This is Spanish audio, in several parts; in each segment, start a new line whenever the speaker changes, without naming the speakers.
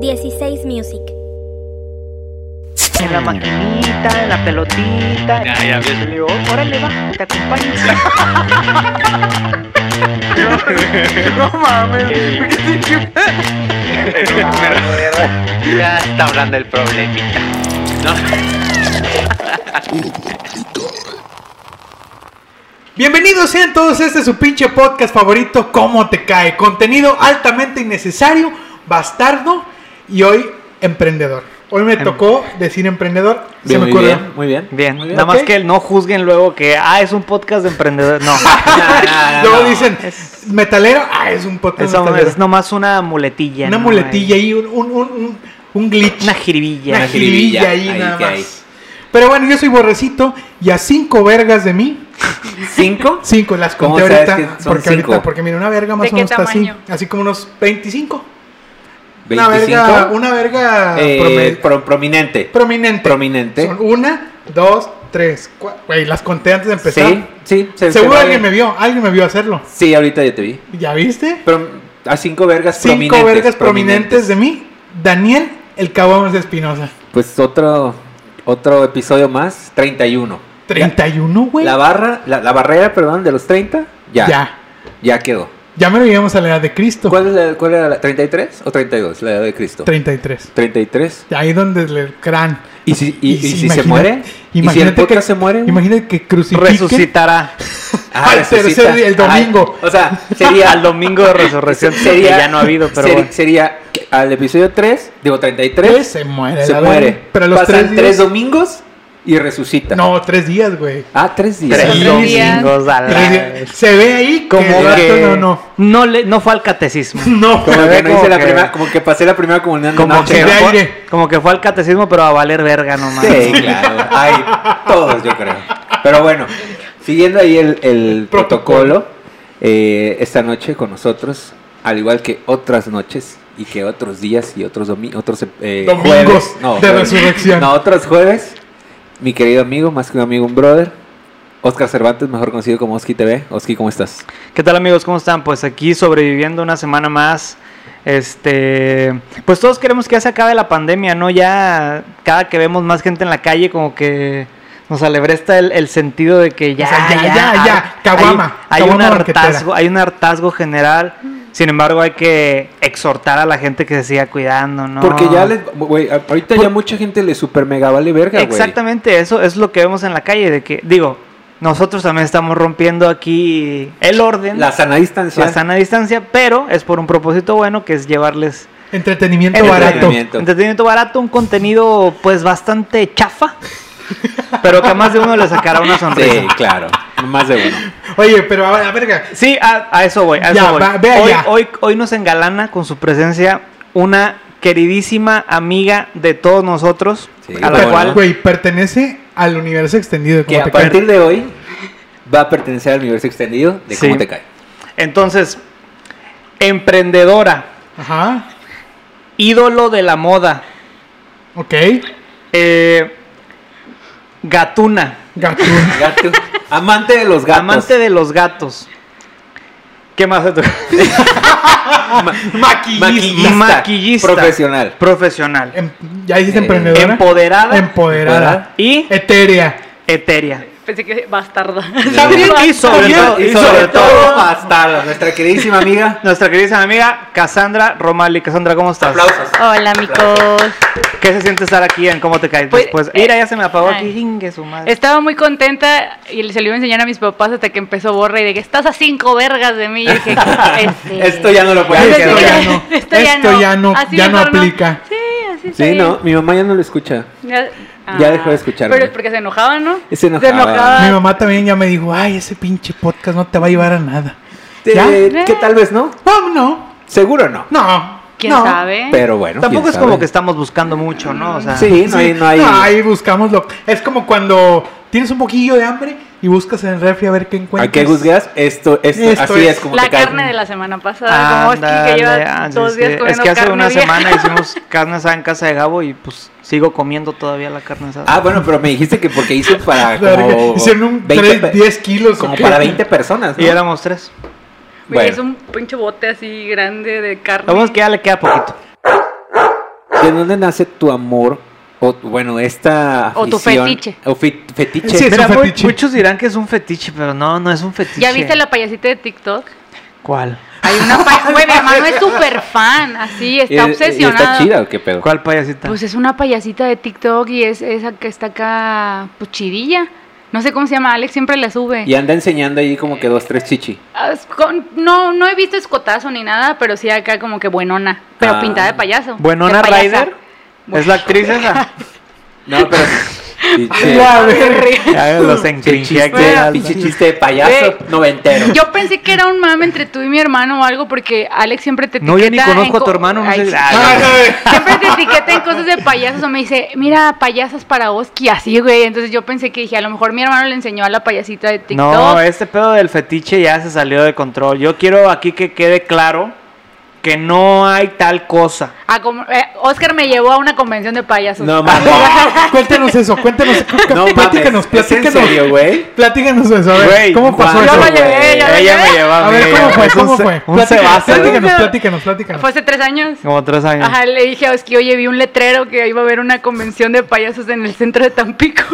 16 Music.
En la maquinita, en la pelotita.
Ya, ya ves.
Y le digo, órale, va, te acompaño. no, no mames.
Ya está hablando el problemita.
Bienvenidos sean todos a este su pinche podcast favorito, ¿Cómo te cae? Contenido altamente innecesario, bastardo y hoy emprendedor. Hoy
Em-
me tocó decir emprendedor, se me
muy
ocurrió.
bien, muy bien.
Bien,
Muy
nada más
ok.
que no juzguen luego que, ah, es un podcast de emprendedor. Ah, No,
Luego
no,
dicen,
es-
metalero, ah, es un podcast
eso
metalero.
es nomás una muletilla.
una
¿no?
muletilla ahí, un, un, un, un- un glitch.
Una jiribilla.
Una
Una
jiribilla
jiribilla,
ahí
ahí
nada
que
más.
hay.
Pero bueno, yo soy borrecito y a cinco vergas de mí,
¿Cinco?
cinco las
¿Cómo
conté
sabes
ahorita,
que son
porque
cinco?
ahorita, porque mira, una verga más
¿De
o
qué
menos está así,
tamaño?
así como unos 25. Una verga,
25.
una verga
Eh,
promi-
pro- prominente.
prominente.
Prominente.
Son uh, una, dos, tres, cuatro. Güey, las conté antes de empezar.
Sí, sí. se- se
Seguro
va
alguien
bien.
me vio, alguien me vio hacerlo.
Sí, ahorita ya te vi.
¿Ya viste?
Pero a cinco vergas
Cinco
prominentes.
vergas prominentes de mí. Daniel, el cabrón de Espinosa.
Pues otro, otro episodio más, 31.
31, güey.
La barra, la, la barrera, perdón, de los 30, ya. Ya,
Ya.
quedó.
Ya me lo llevamos a la edad de Cristo.
¿Cuál, es la- cuál era la 33 o 32? La edad de Cristo.
33.
33.
Ahí donde le crán.
¿Y si, y, y si se
imagina-
muere? ¿Y si el podcast se muere? güey?
Imagínate que crucifiquen.
Resucitará
Ah,
al
resucita.
tercer día, el domingo.
Ay, o sea, sería
al domingo de resurrección.
sería
que ya no ha habido, pero.
seri-
bueno.
sería que al episodio 3, digo 33,
Se muere.
se
la verga.
muere.
Pero a los
Pasan
tres días.
domingos y resucita.
No, tres días, güey.
Ah, tres días.
Tres
Sí.
domingos a la
Tres días. Se ve ahí como
Como
que...
que.
no, no.
le, no fue al catecismo.
No,
Como
Se
que
ve
no hice
como
la
que-
primera, como que pasé la primera comunión de
Como
noche,
que,
¿no?
de
fue,
aire.
como que fue al catecismo, pero a valer verga nomás.
Sí, claro. Ay, todos, yo creo. Pero bueno, siguiendo ahí el, el protocolo,
Protocolo.
eh, esta noche con nosotros, al igual que otras noches y que otros días y otros, domi- otros eh,
Domingos
jueves, no,
de
jueves.
resurrección.
No, otros jueves, mi querido amigo, más que un amigo, un brother. Oscar Cervantes, mejor conocido como Oski TV. Oski, ¿cómo estás?
¿Qué tal amigos? ¿Cómo están? Pues aquí sobreviviendo una semana más. Este, pues todos queremos que ya se acabe la pandemia, ¿no? Ya cada que vemos más gente en la calle como que nos alebresta el, el sentido de que ya,
O sea, ya, ya, ya,
ah,
caguama,
Hay, hay un
caguama banquetera.
hartazgo, hay un hartazgo general. Sin embargo, hay que exhortar a la gente que se siga cuidando, ¿no?
Porque ya, les, güey, ahorita
Por-
ya mucha gente le super mega vale verga, güey.
Exactamente, eso es lo que vemos en la calle, de que, digo, nosotros también estamos rompiendo aquí el orden.
La sana distancia.
la sana distancia, pero es por un propósito bueno que es llevarles
entretenimiento barato.
Entretenimiento.
entretenimiento barato, un contenido pues bastante chafa, pero que a más de uno le sacará una sonrisa.
Sí, claro. Más de uno.
Oye, pero a la verga.
Sí, a, a eso voy. a
Ya,
eso voy.
va- ve allá.
hoy, hoy, hoy nos engalana con su presencia una queridísima amiga de todos nosotros,
Sí,
a la
cómo
Per-
cual...
Güey, pertenece al universo extendido. de
Ah. Que
cómo
a
te cae.
partir de hoy va a pertenecer al universo extendido de
Sí.
cómo te cae.
Entonces, emprendedora,
Ajá.
ídolo de la moda,
Ok.
eh, gatuna.
Gatún.
Gato. Amante de los gatos.
Amante de los gatos. ¿Qué más?
Maquillista.
Maquillista.
Maquillista.
Profesional.
Profesional.
Em- ya dijiste
Eh,
emprendedora.
Empoderada.
Empoderada.
y
Etérea.
etérea.
Pensé que bastarda.
También
Y sobre,
también-
todo,
Y sobre todo, bastardo. Nuestra queridísima amiga.
nuestra querida amiga Cassandra Romali. Cassandra, ¿cómo estás?
Aplausos.
Hola, amigos.
¿Qué se siente estar aquí en cómo te caes
Pues,
después?
eh,
Mira, ya se me apagó
ay. Este,
aquí. Jingue su madre.
Estaba muy contenta y se lo iba a enseñar a mis papás hasta que empezó Borra y de que estás a cinco vergas de mí. Y dije, este,
Esto ya no lo puedo
Ya
esto
quedó,
Esto
ya
ya no.
esto ya no. Así
ya no
mejor no.
aplica.
Sí, así está
Sí,
bien.
no, mi mamá ya no lo escucha.
Ya, ah.
Ya dejó de escucharme.
Pero es porque se enojaba, ¿no?
Se enojaba. Ah.
Mi mamá también ya me dijo, ay, ese pinche podcast no te va a llevar a nada.
Eh,
¿Ya?
que tal vez no.
No, no.
Seguro no.
No.
¿Quién
no.
sabe?
Pero bueno.
Tampoco
quién
es como
sabe.
que estamos buscando mucho, ¿no? O sea,
Sí, no hay. No hay...
No, ahí buscamos lo. Es como cuando tienes un poquillo de hambre y buscas en el refri a ver qué encuentras.
¿A qué juzgas? Esto, esto,
Esto
así
es.
es, como
la
te cae.
carne de la semana pasada, como Oski, que
Ándale,
lleva
ah, sí,
dos
es
días
que- Es
comiendo
que hace
carne
una
vieja.
semana hicimos carne asada en casa de Gabo y pues sigo comiendo todavía la carne asada.
Ah, bueno, pero me dijiste que porque hizo para
Verga,
como
Hicieron un 3,
pe-
10 kilos.
como
¿o qué?
para 20 personas, ¿no?
y éramos tres.
Oye,
Bueno.
Es un pinche bote así grande de carne.
Vamos que ya le queda poquito.
¿De dónde nace tu amor? O, bueno, esta.
O tu
afición-
fetiche.
O fe- fetiche.
Sí, es
Mira,
un
mu-
fetiche.
muchos dirán que es un fetiche, pero no, no es un fetiche.
¿Ya viste la payasita de TikTok?
¿Cuál?
Hay una payasita. Güey, mi hermano es súper fan, así,
¿Y- y
está obsesionado.
¿Está chida o qué pedo?
¿Cuál payasita?
Pues es una payasita de TikTok y es esa que está acá, pues chidilla. No sé cómo se llama, Alex siempre la sube.
Y anda enseñando ahí como que dos, tres chichi.
Ah, es con- no, no he visto escotazo ni nada, pero sí acá como que buenona, pero
Ah.
pintada de payaso.
¿Buenona
de payasa.
Ryder? ¿Es la actriz esa?
No, pero. Pinche-
La verga.
Ya los
pinche
encringí aquí.
chiste,
Aldo.
pinche chiste de payaso noventero.
Yo pensé que era un mame entre tú y mi hermano o algo, porque Alex siempre te
No, yo ni
etiqueta en
conozco a
co-
tu hermano. No
Ay,
sé.
sí.
Ah,
Ah, no,
Siempre te etiqueta en cosas de payasos o me dice, mira, payasas para Oski, así, güey. Entonces yo pensé que dije, a lo mejor mi hermano le enseñó a la payasita de TikTok.
No, este pedo del fetiche ya se salió de control. Yo quiero aquí que quede claro que no hay tal cosa.
A como- eh, Oscar me llevó a una convención de payasos. Ah,
No mames.
no. Cuéntanos eso, cuéntanos.
No
platícanos,
mames. ¿Es en serio,
platícanos.
güey?
Platícanos eso, a ver.
Güey,
¿Cómo pasó
guau.
eso?
Yo lo
güey?
llevé, yo lo
Ella me
llevé.
llevó
A ver,
mí,
¿cómo fue?
es
¿Cómo
un, se-
fue?
Un cebazo.
¿eh?
Platícanos, platícanos, platícanos.
Fue hace tres años.
Como tres años.
Ajá, le dije a Oski, oye, vi un letrero que iba a haber una convención de payasos en el centro de Tampico.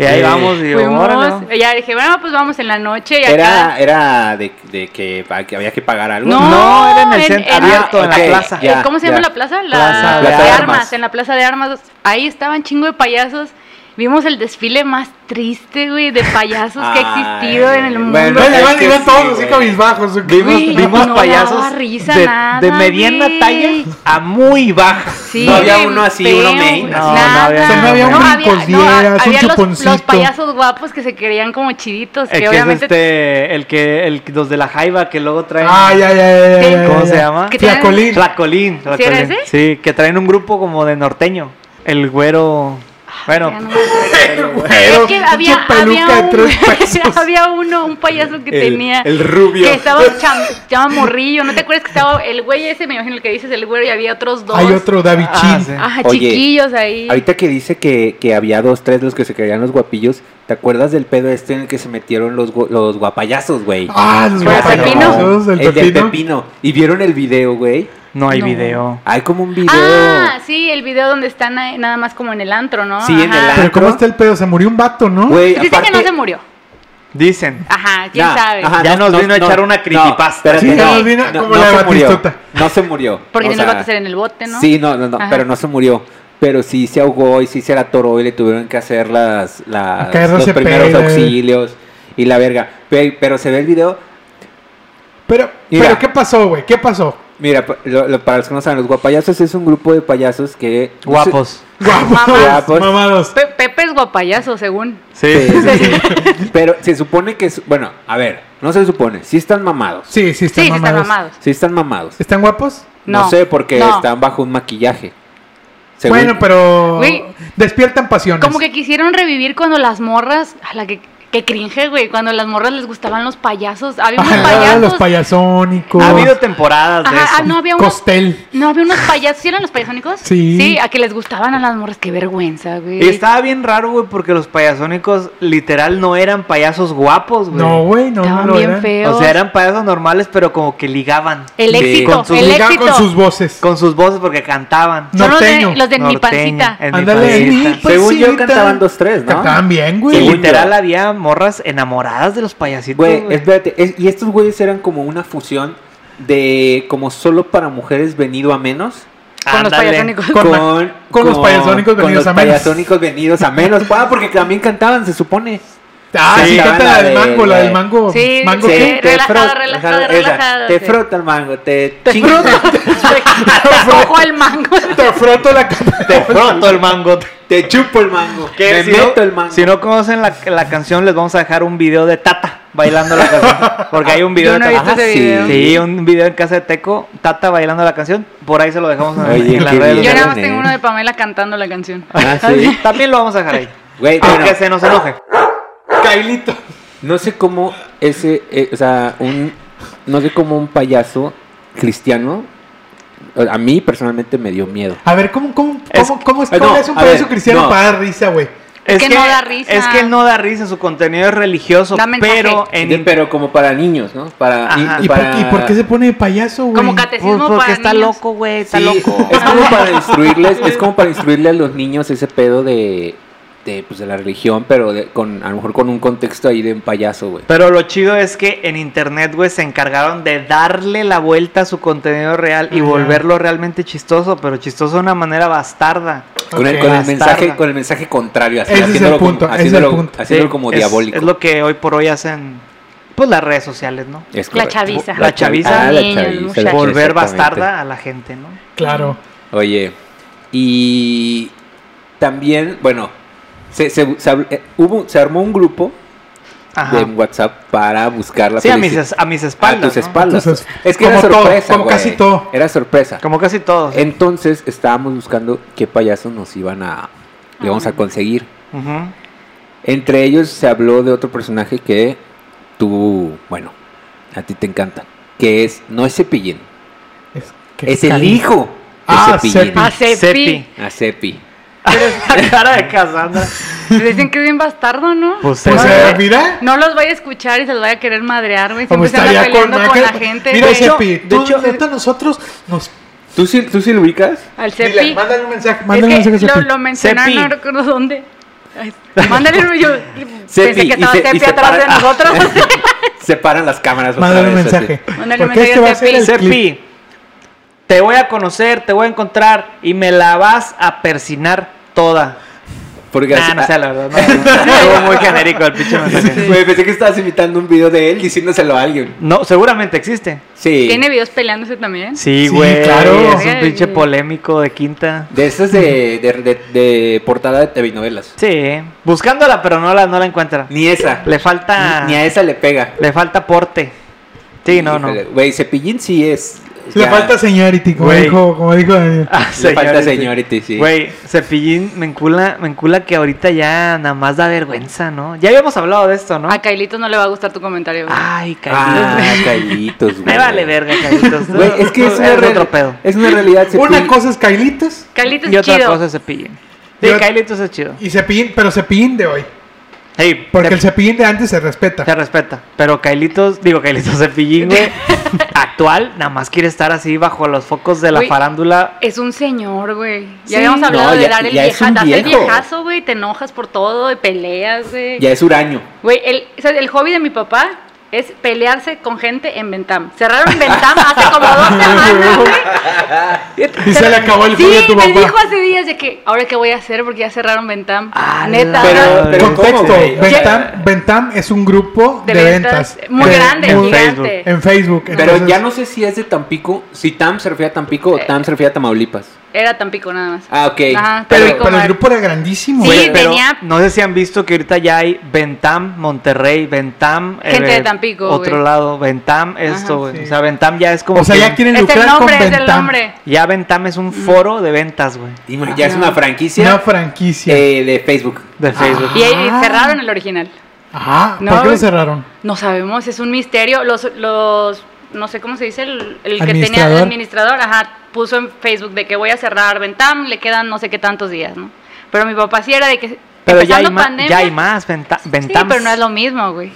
Y ahí
Eh,
vamos, y digo, órale,
Fuimos,
¿no?
ya dije, bueno, pues vamos en la noche y acá.
Era, era de, de que, pa- que había que pagar algo.
No,
No, era en el
en-
centro,
en-
abierto, en
Ah,
la
ok,
plaza.
ya.
¿Cómo se llama la plaza? La
Plaza de
de,
Armas.
armas. En la plaza de armas. Ahí estaban chingo de payasos. Vimos el desfile más triste, güey, de payasos que ha existido
Ay,
en el mundo.
bueno,
Bueno,
Es
iban,
que
iban
sí,
todos así
güey.
cabizbajos. ¿o qué?
Vimos,
Güey,
vimos
no
payasos
daba risa
de,
nada,
de mediana
güey.
talla a muy baja. Eh,
Sí,
No había
güey,
uno así,
feo,
uno main,
güey,
así. No, no
nada.
había- O sea,
no había un brincosieras, un
había los,
chuponcito.
los payasos guapos que se creían como chiditos,
El
que
que Eh, es
obviamente
este, el que, el, los de la jaiba que luego traen.
Ah, ya, ya, ya, ya, ya,
¿Cómo
ya,
se
ya.
llama?
¿Qué
Tlacolín.
Tlacolín.
¿Sí era
Tlacolín.
ese?
Sí, que traen un grupo como de norteño. El güero. Bueno,
Ah, Ya no me
Pero,
Es que había,
pinche peluca
había,
de
un-
tres pesos.
había uno, un payaso que tenía.
el rubio.
Que estaba cham- estaba morrillo. ¿No te acuerdas que estaba el güey ese, me imagino el que dices, el güey, y había otros dos?
Hay otro eh. David
Ah,
Chin.
sí.
Ajá,
Oye,
chiquillos ahí.
Ahorita que dice que, que había dos, tres los que se creían los guapillos, ¿te acuerdas del pedo este en el que se metieron los, gu- los guapayazos, güey?
Ah, los
¿Fue el
guapayazos,
pepino?
el
El del
pepino.
pepino. Y vieron el video, güey.
no hay
No.
video.
Hay como un video.
Ah, sí, el video donde están ahí, nada más como en el antro, ¿no?
Sí, en el
Ajá.
antro.
Pero ¿cómo está el pedo? Se murió un vato, ¿no?
Güey,
Dicen
aparte-
que no se murió.
Dicen.
Ajá, quién
Nah,
sabe.
ajá,
Ya nos vino a echar una creepypasta.
espérate,
Sí, ya nos vino como la
se murió,
Batistota.
No se murió.
Porque
o
tiene
sea,
que ser en el bote, ¿no?
Sí, no, no, no,
Ajá.
pero no se murió. Pero sí se ahogó y sí se la toró y le tuvieron que hacer las, las-
Acá
los
RCP,
primeros
güey.
auxilios y la verga. Pe- Pero, se ve el video.
Pero,
Mira.
pero ¿qué pasó, güey? ¿Qué pasó?
Mira, pa- lo- lo- para los que no saben, los guapayazos es un grupo de payasos que... no sé-
Guapos.
Guapos,
Guapos.
mamados.
Pe- Pepe es guapayazo, según.
Sí,
Sí.
sí, sí. pero se supone que... es- Bueno, a ver, no se supone. Sí están mamados.
Sí, sí, están
Sí, sí están
mamados.
mamados.
Sí están mamados.
¿Están guapos?
No,
No,
sé, porque
no.
están bajo un maquillaje. Según-
Bueno, pues, pero
Güey.
despiertan pasiones.
Como que quisieron revivir cuando las morras, a la que, que cringe, güey, cuando las morras les gustaban los payasos. Había unos
Ah,
payasos.
los payasónicos.
Ha habido temporadas de
Ajá, ah,
eso.
no había unos.
Costel.
No había unos payasos. ¿Sí eran los payasónicos?
Sí.
Sí, a que les gustaban a las morras. Qué vergüenza, güey.
Y estaba bien raro, güey, porque los payasónicos literal no eran payasos guapos, güey.
No, güey, no, no
Estaban
lo
bien
eran.
feos.
O sea, eran payasos normales, pero como que ligaban
El
Sí.
éxito,
Con sus-
el
Ligaban
éxito.
con sus voces.
con sus voces porque cantaban.
Son los de,
Norteño.
los de mi
Norteño,
pancita.
en mi
Ándale,
pancita.
en mi pancita.
Según yo
Pancita.
cantaban dos, tres, ¿no?
pues Cantaban bien,
Y
güey.
Sí.
literal había morras enamoradas de los payasitos.
Güey,
güey.
espérate, es- y estos güeyes eran como una fusión de como solo para mujeres venido a menos.
Con los
Ándale.
payasónicos.
Con- con los payasónicos venidos a menos.
Con los payasónicos venidos a menos. Ah, porque también cantaban, se supone.
Ah,
Sí,
sí, canta
la
la del
de-
mango, la del
de-
mango.
Sí,
mango
sí.
qué?
relajado,
frot-
relajado,
esa,
relajado,
Te
sí.
frota el mango, te,
Te
chinga-
froto, te cojo el mango.
Te froto la cara.
Te froto el mango.
te chupo el mango, te
si,
meto
no,
el mango.
si no conocen la, la canción, les vamos a dejar un video de Tata bailando la canción. Porque hay un video
Yo no
de
he
Tata.
Ah,
visto ese video.
Sí, un video en casa de Teco, Tata bailando la canción. Por ahí se lo dejamos en,
Oye,
en las
qué
redes.
bien.
Yo nada más
Nene.
tengo uno de Pamela cantando la canción.
Ah, sí.
También lo vamos a dejar ahí.
Güey,
Aunque
bueno.
se nos enoje.
Cailito.
No sé cómo ese, eh, o sea, un, no sé cómo un payaso cristiano, eh, a mí personalmente me dio miedo.
A ver, ¿cómo, cómo,
Es-
cómo, cómo es,
eh,
cómo
no,
es un
a
pedazo
ver,
cristiano
no.
para dar risa, güey?
Es que no da risa.
Es que él no da risa, su contenido es religioso,
Da mensaje.
pero en
De- pero como para niños, ¿no? Para,
Ajá.
y-
¿Y,
Ah, para-
por, y por qué se pone de payaso, güey?
Como catecismo
Pues porque
para
está
niños.
loco, güey,
Sí,
está loco.
Es como para instruirles, es como para instruirle a los niños ese pedo de, de, pues, de la religión, pero de- con, a lo mejor con un contexto ahí de un payaso, güey.
Pero lo chido es que en internet, güey, se encargaron de darle la vuelta a su contenido real y
Ajá.
volverlo realmente chistoso, pero chistoso de una manera bastarda.
Con, el,
Ok.
con el
Bastarda.
mensaje, con el mensaje contrario, así,
Ese es el
haciéndolo,
punto, ese
como,
es el
haciéndolo,
punto.
haciéndolo
Sí,
como
es-
diabólico.
Es lo que hoy por hoy hacen, pues, las redes sociales, ¿no?
Es
La
correcto.
chaviza.
La chaviza.
Ah, la
Niños,
chaviza,
muchachos.
Volver
exactamente.
bastarda a la gente, ¿no?
Claro.
Oye, y también, bueno, se, se- se habl- eh, hubo, se armó un grupo
Ajá.
de WhatsApp para buscar la
Sí, a mis,
felicidad.
es- a mis
a
espaldas.
tus
¿no?
espaldas.
Entonces,
es que
como
era
todo,
sorpresa,
como
güey.
casi todo.
Era sorpresa.
Como casi todos.
Entonces estábamos buscando qué payasos nos iban a íbamos a conseguir.
Ujú.
Entre ellos se habló de otro personaje que tú, bueno, a ti te encanta, que es no es Cepillín,
Es, que
es el
caliente.
hijo de
Ah,
Cepillín.
Cepi.
A Cepi.
Cepi.
A Cepi.
la cara de Cassandra.
Dicen que es bien bastardo, ¿no?
Pues,
O
eh,
sea, mira.
No los vaya a escuchar y se los vaya a querer madrear, güey.
Como
Siempre se anda
estaría con,
peleando con,
Ángel.
la gente.
Mira,
güey.
ese-
Cepi,
de
tú,
hecho-
neta, nosotros nos...
¿Tú sí, tú sí lo ubicas?
Al
Dile,
Cepi.
Mándale un mensaje,
Es
mándale un
que
mensaje a
lo,
Cepi.
lo mencionaron,
Cepi.
no recuerdo dónde. Ay, Mándale un yo pensé
Cepi,
que estaba
y se- y
Cepi
se
atrás
para-
de nosotros.
Separan las cámaras. otra
Mándale un
vez, así.
mensaje.
Mándale un
Porque
mensaje
este
a
va a ser
Cepi.
el clip.
Cepi, te voy a conocer, te voy a encontrar y me la vas a persinar toda.
Porque
Nah,
así- ah,
no sé, la verdad. No, no, no. Estuvo muy genérico el pinche mensaje.
Güey, pensé que estabas imitando un video de él diciéndoselo a alguien.
No, seguramente existe.
Sí.
Tiene videos peleándose también.
Sí,
Sí,
güey.
claro.
Es un pinche polémico de quinta.
De esas de, de, de- de portada de TV novelas.
Sí. Buscándola, pero no la, no la encuentra.
Ni esa.
Le falta.
Ni a esa le pega.
Le falta porte. Sí, no, no.
Híjole, Güey, Cepillín sí es.
Le
ya,
falta seniority, como
Güey.
dijo, como dijo eh, Daniel.
Ah,
Le falta
señorita.
señority, sí.
Güey, Cepillín me encula, me encula que ahorita ya nada más da vergüenza, ¿no? Ya habíamos hablado de esto, ¿no?
A Kailito no le va a gustar tu comentario, güey.
Ay, Carlitos.
Ah, Cayitos, güey.
me vale verga, Carlitos.
Güey, es que es una,
Eres
real-
otro pedo.
es una realidad.
Una
Cepillín-
cosa es Cailitos
Kailito
Y
es
otra
chido.
cosa es Cepillín. Sí,
Yo-
Carlitos es chido.
y Cepillín, pero Cepillín de hoy.
Hey,
Porque
te,
el Cepillín de antes se respeta.
te respeta. Pero Carlitos, digo Carlitos Cepillín, güey, actual, nada más quiere estar así bajo los focos de la
Güey,
farándula.
Es un señor, güey. Ya
Sí.
habíamos hablado
No,
de
ya-
dar el,
ya es
vieja,
un
das el
viejo.
viejazo, güey. Te enojas por todo, y peleas, güey.
Ya es huraño.
Güey, el, o sea, el hobby de mi papá es pelearse con gente en Ventam. Cerraron Ventam hace como dos semanas, güey.
Y se le acabó el
Sí,
hobby a tu
me dijo
papá.
hace días de que, ¿ahora qué voy a hacer? Porque ya cerraron Ventam.
Ah, la-
Neta.
Pero,
Ah,
pero
Contexto,
¿cómo, güey? O sea,
Ventam, Ventam es un grupo de,
de ventas,
ventas.
muy
de-
grande,
en-
Facebook.
gigante.
En Facebook.
Pero
entonces-
ya no sé si es de Tampico, si Tam se refiere a Tampico
Eh.
o Tam se refiere a Tamaulipas.
Era Tampico nada más.
Ah, ok.
Ajá,
Pero,
Tampico,
pero el
Mar.
grupo era grandísimo.
Sí,
güey.
Güey, pero
venía-
no sé si han visto que ahorita ya hay Ventam, Monterrey, Ventam.
Gente de Tampico,
Otro
güey.
lado, Ventam, esto, güey.
sí.
O sea, Ventam ya es como.
O sea,
que-
ya quieren
Es el
lucrar
nombre,
con
es el
Ventam.
nombre.
Ya Ventam es
Mm.
un foro de ventas, güey.
Y ma- ya es
Ah.
una franquicia
Una franquicia.
eh, de Facebook.
De Facebook.
Ah. Y ahí cerraron el original.
Ajá. ¿Por
No,
qué lo
güey.
cerraron?
No sabemos, es un misterio. Los, los no sé cómo se dice, el, el que tenía el
Administrador.
administrador, ajá, puso en Facebook de que voy a cerrar Ventam, le quedan no sé qué tantos días, ¿no? Pero mi papá sí era de que
Pero ya hay,
empezando
ma-
pandemia,
ya hay más Venta
Sí,
Ventams.
pero no es lo mismo, güey.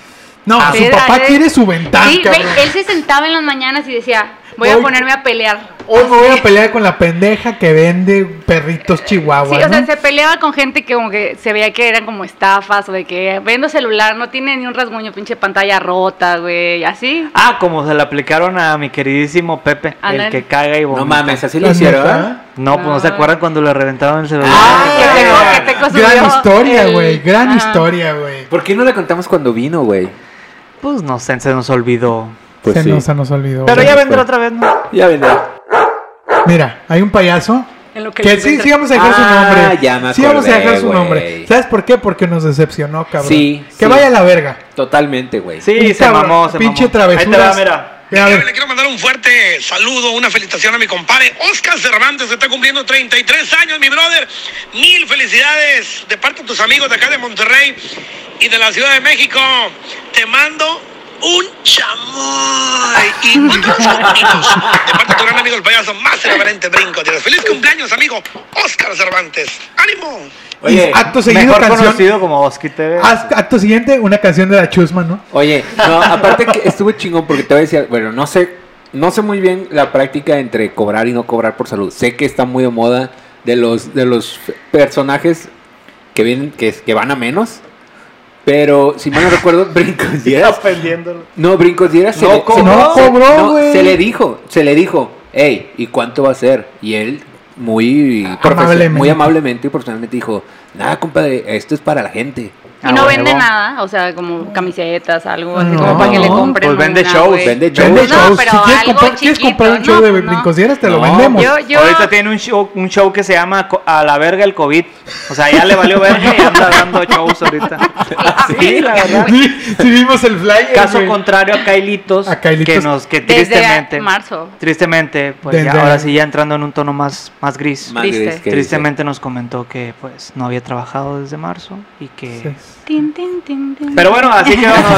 No,
Ah,
su
sí,
papá
era-
quiere su Ventam,
Sí, güey,
cabrón.
él se sentaba en las mañanas y decía, voy a
Hoy-
ponerme a pelear.
Hoy me voy a pelear con la pendeja que vende perritos
Sí,
chihuahua.
o sea,
¿no?
se peleaba con gente que como que se veía que eran como estafas o de que vendo celular, no tiene ni un rasguño, pinche pantalla rota, güey, y así.
Ah, como se le aplicaron a mi queridísimo Pepe,
Ándale.
el que caga y
No
vomita.
mames, así lo
¿La
hicieron.
neta?
No, pues no se
No.
acuerdan cuando le reventaron el celular.
Ah, que te co- que te consumió
Gran historia,
el-
güey. Gran
Ajá.
historia, güey.
¿eh? ¿Por qué no le contamos cuando vino, güey?
Pues no sé, se nos olvidó. pues,
Pues
se,
sí.
nos, se nos olvidó.
Pero
güey.
ya vendrá otra vez, ¿no?
Ya vendrá.
Mira, hay un payaso
En lo que
que
le
sí,
inventan.
sí vamos a dejar
Ah,
su nombre.
ya me
sí vamos a
acordé,
dejar su
güey.
nombre. ¿Sabes por qué? Porque nos decepcionó, cabrón.
Sí,
Que
sí.
vaya a la verga.
Totalmente, güey.
Sí,
Un
se
cabrón,
mamó, se mamó.
pinche
Ahí te va,
travesuras.
mira.
Mira, a ver.
Yo le quiero mandar un fuerte saludo, una felicitación a mi compadre Oscar Cervantes, está cumpliendo 33 años, mi brother. Mil felicidades de parte de tus amigos de acá de Monterrey y de la Ciudad de México. Te mando un chamoy y otros saluditos de parte de tu gran amigo el payaso más irreverente Brinco. Feliz cumpleaños, amigo Oscar Cervantes. ¡Ánimo!
Oye,
y acto seguido
Mejor
canción. Ah,
conocido como Oski TV.
as- Acto siguiente, una canción de la Chusma, ¿no?
Oye, no, aparte que estuve chingón porque te voy a decir, bueno, no sé, no sé muy bien la práctica entre cobrar y no cobrar por salud. Sé que está muy de moda de los de los personajes que vienen que, es- que van a menos, pero si mal no recuerdo, Brincos Dieras.
Ofendiéndolo.
No, Brincos Dieras se,
No
le- se-
cobró. No
se-
cobró,
no,
güey.
se le dijo, se le dijo, hey, ¿y cuánto va a ser? Y él muy profe-
Amablemente.
muy amablemente y profesionalmente dijo, nada, compadre, esto es para la gente.
Y
Ah,
no vende nada, o sea, como camisetas, algo así,
No.
como para que le compren.
Pues vende
una,
shows,
güey.
Vende shows.
Vende
No,
shows.
pero
si quieres
algo
comprar, quieres
chiquito,
comprar un show
no,
de
no.
brincosieras, te lo
No,
vendemos.
Yo, yo.
Ahorita tiene un show, un show que se llama Co- A la verga el COVID. O sea, ya le valió verga y anda dando shows ahorita. Sí, la verdad.
Sí, sí vimos el flyer.
Caso
güey.
contrario a Kailitos,
A Kailitos.
que nos que
Desde
tristemente
marzo.
tristemente pues
Desde-
ya, ahora sí ya entrando en un tono más más gris.
Madres,
Triste.
¿qué dice?
tristemente nos comentó que pues no había trabajado desde marzo y que
Sí.
Tin, tin, tin, tin.
Pero bueno, así que vamos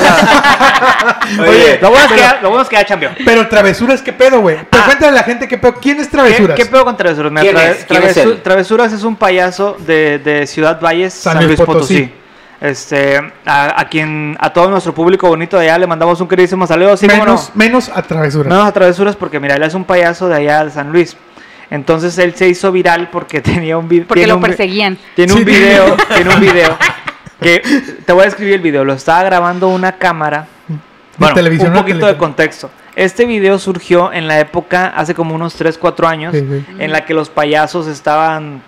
Oye,
lo bueno es que ya- lo bueno es que ya chambeó.
Pero travesuras, ¿qué pedo, güey? Pero
Ah.
cuéntale a la gente qué pedo. ¿Quién es
¿Qué,
travesuras?
qué pedo con Travesuras? Mira,
¿Quién
Trave-
es? ¿Quién es
Travesu-
él?
Travesuras es un payaso de, de Ciudad Valles, San, Luis Potosí. Este, a, a quien, a todo nuestro público bonito de allá le mandamos un queridísimo saludo. Sí, cómo no.
menos, menos a travesuras.
Menos a travesuras porque mira, él es un payaso de allá de San Luis. Entonces él se hizo viral porque tenía un video.
Porque lo perseguían.
Tiene un
Sí.
video, tiene un video que te voy a describir el video. Lo estaba grabando una cámara. Bueno,
televisión,
un
¿no?
poquito de
Televisión.
contexto. Este video surgió en la época, hace como unos 3, 4 años,
Sí, sí.
en la que los payasos estaban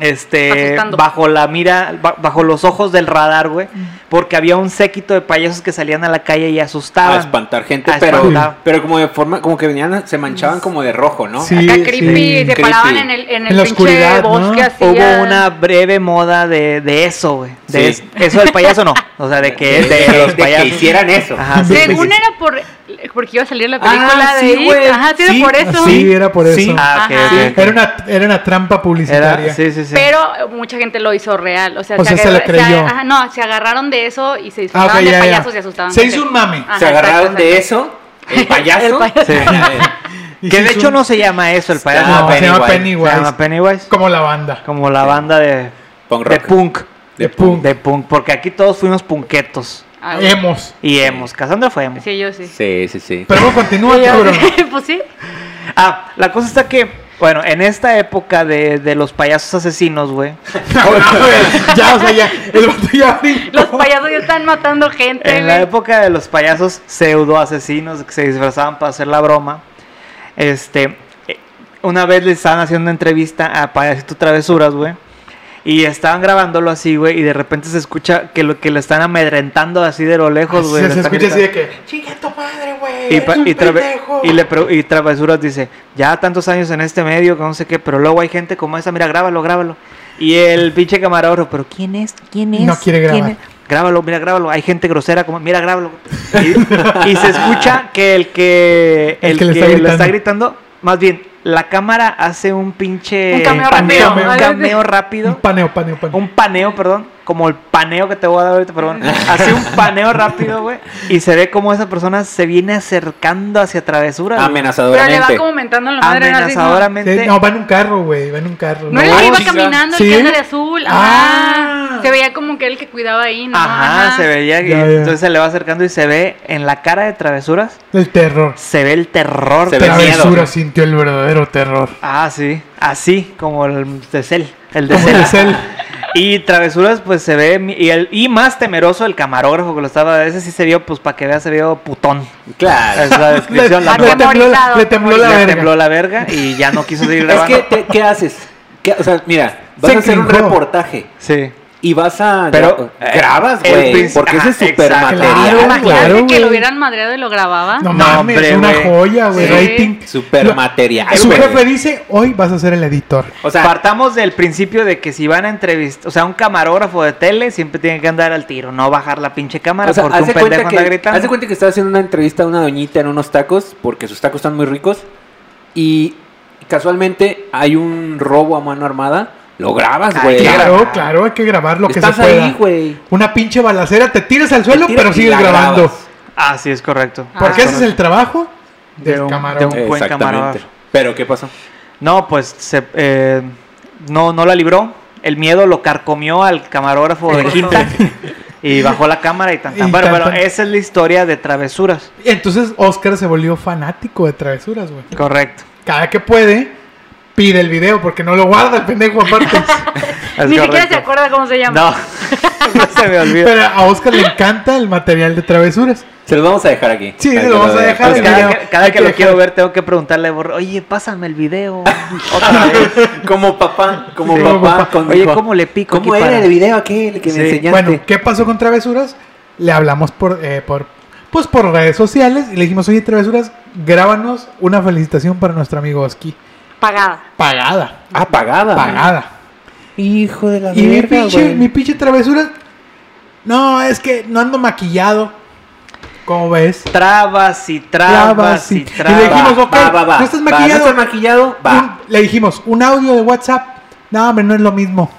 este
Asustando.
bajo la mira, ba- bajo los ojos del radar, güey, porque había un séquito de payasos que salían a la calle y
a
asustaban.
espantar gente,
A
pero,
espantar.
pero como de forma, como que venían, se manchaban como de rojo, ¿no?
Sí.
Acá creepy, se
Creepy.
paraban en el, en el
En la
pinche
oscuridad, ¿no?
bosque así.
Hubo
a-
una breve moda de, de eso, güey. De
Sí.
es- eso del payaso no, o sea, de que
De,
es de,
de
los
que
payasos.
hicieran eso.
Ajá, sí, sí,
Según
sí.
era por, porque iba a salir la película
Ah,
de
sí,
It.
güey.
Ajá, sí, era
Sí,
por eso.
Sí, era por eso.
Sí.
Ah, ok,
Ajá.
ok, ok.
Era una, era una trampa
Era-
publicitaria.
sí, sí, sí.
Pero mucha gente lo hizo real. O sea,
O sea, se la creyó.
ajá, no, se agarraron de eso y se
Ah,
disfrazaron
ok,
de
ya, ya.
payasos y asustaban.
Se
gente. Ah.
hizo un mame.
Ajá,
se agarraron
exacto,
de
exacto.
eso, el payaso.
El payaso.
Sí.
Y
que
se
de
hizo
hecho
un-
no se llama eso el payaso.
Ah,
No, se llama
Pennywise.
Pennywise.
Se llama Pennywise.
Como la banda.
Como la banda de
Punk
de
rock.
punk.
De punk.
De punk. Porque aquí todos fuimos punquetos.
Ah, güey.
Hemos.
Y hemos. Cassandra fue emo.
Sí, yo sí.
Sí, sí, sí.
Pero no, continúa, cabrón.
pues sí.
Ah, la cosa está que, bueno, en esta época de, de los payasos asesinos, güey.
ya, o sea, ya. El vato ya brincó.
Los payasos ya están matando gente.
En la
güey.
época de los payasos pseudo asesinos que se disfrazaban para hacer la broma, este, eh, una vez le estaban haciendo una entrevista a Payasito Travesuras, güey. Y estaban grabándolo así, güey, y de repente se escucha que lo que le están amedrentando así de lo lejos, güey.
Se,
le
se
están
escucha así
gritando.
de que. Chinga tu madre, güey.
Y,
eres
pa-
un
y trabe-
pendejo".
y le pre- y Travesuras dice, ya tantos años en este medio, que no sé qué, pero luego hay gente como esa, mira, grábalo, grábalo. Y el pinche camarógrafo, pero ¿quién es? ¿Quién es?
No quiere
¿Quién
grabar.
es? Grábalo, mira, grábalo. Hay gente grosera como, mira, grábalo. Y, y se escucha que el que el, que, le está gritando, más bien, la cámara hace un pinche
Un cameo
paneo,
rápido.
un cameo rápido
Un paneo, paneo, paneo.
un paneo, perdón, como el paneo que te voy a dar ahorita, perdón. Hace un paneo rápido, güey, y se ve como esa persona se viene acercando hacia travesura. güey.
Pero le
Amenazadoramente.
va como aumentando
Ah,
la madre. ¿no? Así, ¿no?
Amenazadoramente.
Sí, No, va en un carro, güey. Va en un carro.
No,
güey.
era el que iba
sí,
caminando,
¿sí?
el que anda de azul. Ajá.
Ah.
Se veía como que el que cuidaba ahí, ¿no?
Ajá, se veía. y
Ya, ya.
Entonces se le va acercando y se ve en la cara de travesuras,
El terror.
se ve el terror.
Se ve
güey.
el miedo.
Travesura sintió el verdadero terror.
Ah, sí, así como el de Cell. El de
Como
Cell.
el cel.
Y travesuras, pues se ve. mi- Y, el, y más temeroso el camarógrafo que lo estaba. Ese sí se vio, pues para que veas, se vio putón. Es
Claro.
la
Le, le
descripción. la broma.
tembló, la- le tembló la
le
verga.
tembló la verga y ya no quiso seguir
Es
grabando.
que, te- ¿qué haces? ¿Qué- o sea, mira, vas
Se
a hacer un
cringeó.
reportaje
Sí.
y vas a...
Pero, eh,
gra- grabas,
el
güey,
princ-
porque ese es
ajá,
super
exacto.
material,
Claro,
güey.
Imagínate
claro,
que
güey.
lo hubieran madreado y lo grababa.
No,
No, mames,
hombre,
una
güey.
joya, güey.
Sí.
Rating.
Super
Lo-
material,
Su
güey.
jefe dice, hoy vas a ser el editor.
O sea,
partamos del principio de que si van a entrevistar, o sea, un camarógrafo de tele siempre tiene que andar al tiro, no bajar la pinche cámara
O sea,
porque un
haz de
pendejo
cuenta, que,
anda gritando.
haz de cuenta que estaba haciendo una entrevista a una doñita en unos tacos, porque sus tacos están muy ricos, y casualmente hay un robo a mano armada, lo grabas, güey.
Claro, claro, hay que grabar lo que se
Estás
pueda.
ahí, güey.
Una pinche balacera, te tiras al suelo,
Te tiras
pero
y
sigues
la
grabando.
grabas.
Ah, sí, es correcto.
Porque
Ah,
ese es el trabajo
De
del
un-
camarón.
de un- Buen
Exactamente.
camarógrafo.
Pero, ¿qué pasó?
No, pues se, eh, no, no la libró. el miedo lo carcomió al camarógrafo de quinta y bajó la cámara y tan, tan.
Y
Bueno,
tan,
pero
tan.
esa es la historia de travesuras.
Entonces Oscar se volvió fanático de travesuras, güey.
Correcto.
Cada que puede, pide el video porque no lo guarda el pendejo aparte.
Es
Ni siquiera se
correcto.
acuerda cómo se llama.
No, no se me olvida.
Pero a Oscar le encanta el material de travesuras.
Se los vamos a dejar aquí.
Sí,
Para
se
que
lo vamos a
vean.
dejar
Pues
el
cada
video.
que, cada
Hay
que
que
lo quiero
dejar.
ver tengo que preguntarle, borro, oye, pásame el video. Otra vez.
Como papá, como
Sí,
papá.
como papá.
con-
Oye, ¿cómo le pico
¿Cómo
aquí
era
para-
el video aquel que
Sí.
me enseñaste?
Bueno, ¿qué pasó con Travesuras? Le hablamos por, eh, por, pues por redes sociales y le dijimos, oye, Travesuras, grábanos una felicitación para nuestro amigo Oski.
Pagada.
Pagada.
Ah, pagada.
Pagada.
Hijo de la
Y mi
verga,
pinche,
güey.
mi pinche Travesuras, no, es que no ando maquillado. ¿Cómo ves?
Trabas y trabas
Trabas y-
y
y le
trabas.
dijimos, ok, ¿no estás maquillado?
¿No estás maquillado? Va.
Un- le dijimos, un audio de WhatsApp. No, hombre, no es lo mismo.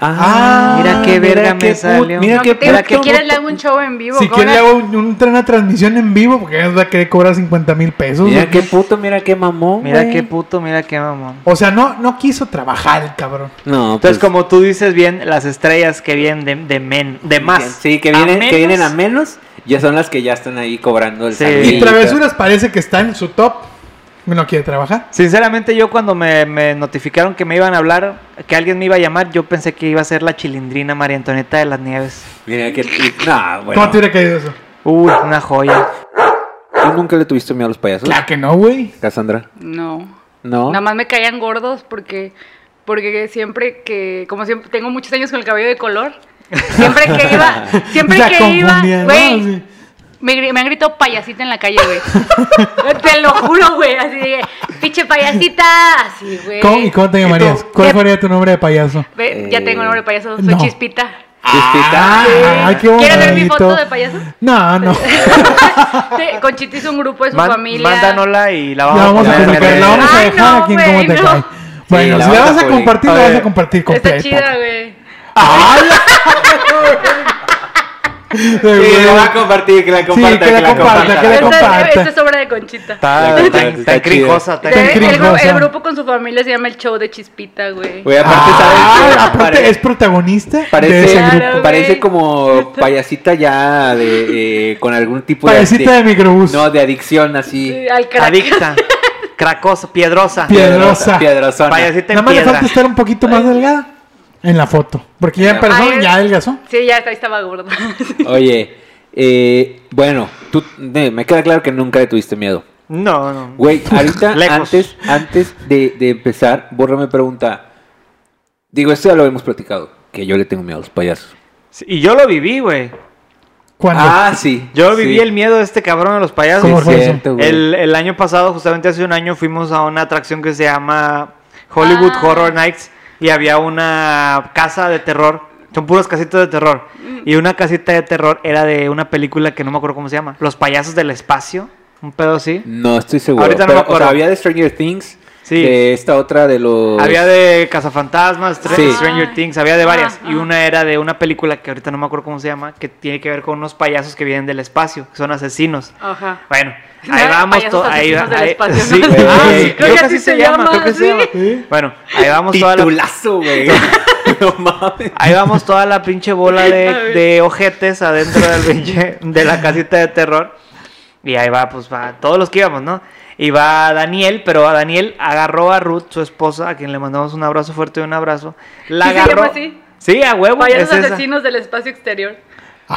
Ah,
mira qué verga me
put-
salió.
Mira
No,
qué
que tengo-
puto.
que quieres le hago un show en vivo.
Si
con
quiere,
una-
hago un, un- una transmisión en vivo porque ya nos va a querer cobrar 50 mil pesos.
Mira
güey.
qué puto, mira qué mamón.
Mira
güey.
qué puto, mira qué mamón.
O sea, no, no quiso trabajar el cabrón.
No, pues,
Entonces, como tú dices bien, las estrellas que vienen de, de men, de más.
Sí, que
A
vienen, que vienen a
menos.
menos. Ya son las que ya están ahí cobrando el
Sí.
salario.
Y Travesuras parece que está en su top. No quiere trabajar.
Sinceramente, yo cuando me, me notificaron que me iban a hablar, que alguien me iba a llamar, yo pensé que iba a ser la chilindrina María Antonieta de las Nieves.
Mira que. No,
¿Cómo
bueno.
te hubiera caído eso?
Uy, una joya.
¿Tú nunca le tuviste miedo a los payasos?
Claro que no, güey.
Cassandra.
No.
No.
Nada más me caían gordos porque porque siempre que como siempre tengo muchos años con el cabello de color, siempre que iba, siempre
La
que iba,
confundía, ¿no?
güey,
Sí.
me, gri- me han gritado payasita en la calle, güey. Te lo juro, güey, así de pinche payasita, así, güey.
¿Cómo- ¿Y cómo te
eh, tú?
llamarías? ¿Cuál
¿Qué-
sería tu nombre de payaso?
Ve,
Eh,
ya tengo nombre de payaso, soy
No.
chispita.
Chispita.
Ay, qué
¿Quieres ver mi foto
bonito.
de payaso?
No, no.
Sí, Conchita hizo un grupo de su
Man-
familia.
Mándanola y la
La
vamos,
vamos a
Ay,
publicar.
no,
La vamos a
güey,
dejar aquí en
no.
cómo te cae. Bueno,
la
si la
vamos a
vas a
publicar.
compartir, la vas a compartir completa.
Está chida, güey.
Sí,
Sí,
la va a compartir, que la comparta.
que la comparta, que la
Esta-
comparta.
Esta es obra de Conchita.
Está, está,
Está
está
chido.
crijosa, está
Sí,
Está
el, gru-
cringosa.
el grupo con su familia se llama el show de Chispita, güey.
Güey, aparte, ¿sabes?
Ah,
qué?
aparte
Pare-
es protagonista de
Parece,
ese
Claro,
grupo.
güey.
parece como payasita ya de, eh, con algún tipo de-
Parecita de
de,
microbús.
no de adicción así.
Sí, al crack.
Adicta, cracosa, piedrosa.
Pie- piedrosa.
Piedrosona.
Payasita
Nada
en
más le
piedra.
falta estar un poquito más delgada en la foto. Porque ya en
Ah,
persona
es-
ya adelgazó.
Sí, ya está- ahí estaba gorda.
Oye, eh, bueno, tú, de- me queda claro que nunca le tuviste miedo.
No, no.
Güey, ahorita,
Lejos.
antes, antes de, de empezar, Borra me pregunta. Digo, esto ya lo hemos platicado, que yo le tengo miedo a los payasos.
Sí, Y yo lo viví, güey.
Cuando
Ah, sí.
Yo viví
sí.
el miedo de este cabrón de los payasos.
¿Cómo
Sí,
fue
cierto, güey.
El, el año pasado, justamente hace un año, fuimos a una atracción que se llama Hollywood
Ah.
Horror Nights y había una casa de terror. Son puras casitas de terror.
Mm.
Y una casita de terror era de una película que no me acuerdo cómo se llama. Los payasos del espacio. Un pedo así.
No estoy seguro.
Ahorita no
pero,
me
o sea,
acuerdo.
había de Stranger Things,
Sí.
de esta otra de los.
Había de Cazafantasmas, Str-
Pues- Sí.
Stranger
Ay.
Things, había de varias.
Ah,
Y
ah.
una era de una película que ahorita no me acuerdo cómo se llama, que tiene que ver con unos payasos que vienen del espacio, que son asesinos.
Ajá.
Bueno,
No
ahí
era
vamos
payasos
to- ahí,
asesinos del
ahí-
espacio,
sí,
¿no?
güey.
Ah,
Sí,
sí,
creo que así se llama, creo que se llama.
¿sí?
Bueno, ahí vamos toda la
Titulazo, güey. no mames.
Ahí vamos toda la pinche bola
A
de,
ver.
de ojetes adentro del pinche- de la casita de terror. Y ahí va, pues va, todos los que íbamos, ¿no? Y va Daniel, pero a Daniel agarró a Ruth, su esposa, a quien le mandamos un abrazo fuerte y un abrazo. La
¿Sí se
agarró.
llama así?
Sí, a huevo. es
Payasos
esa.
asesinos del espacio exterior.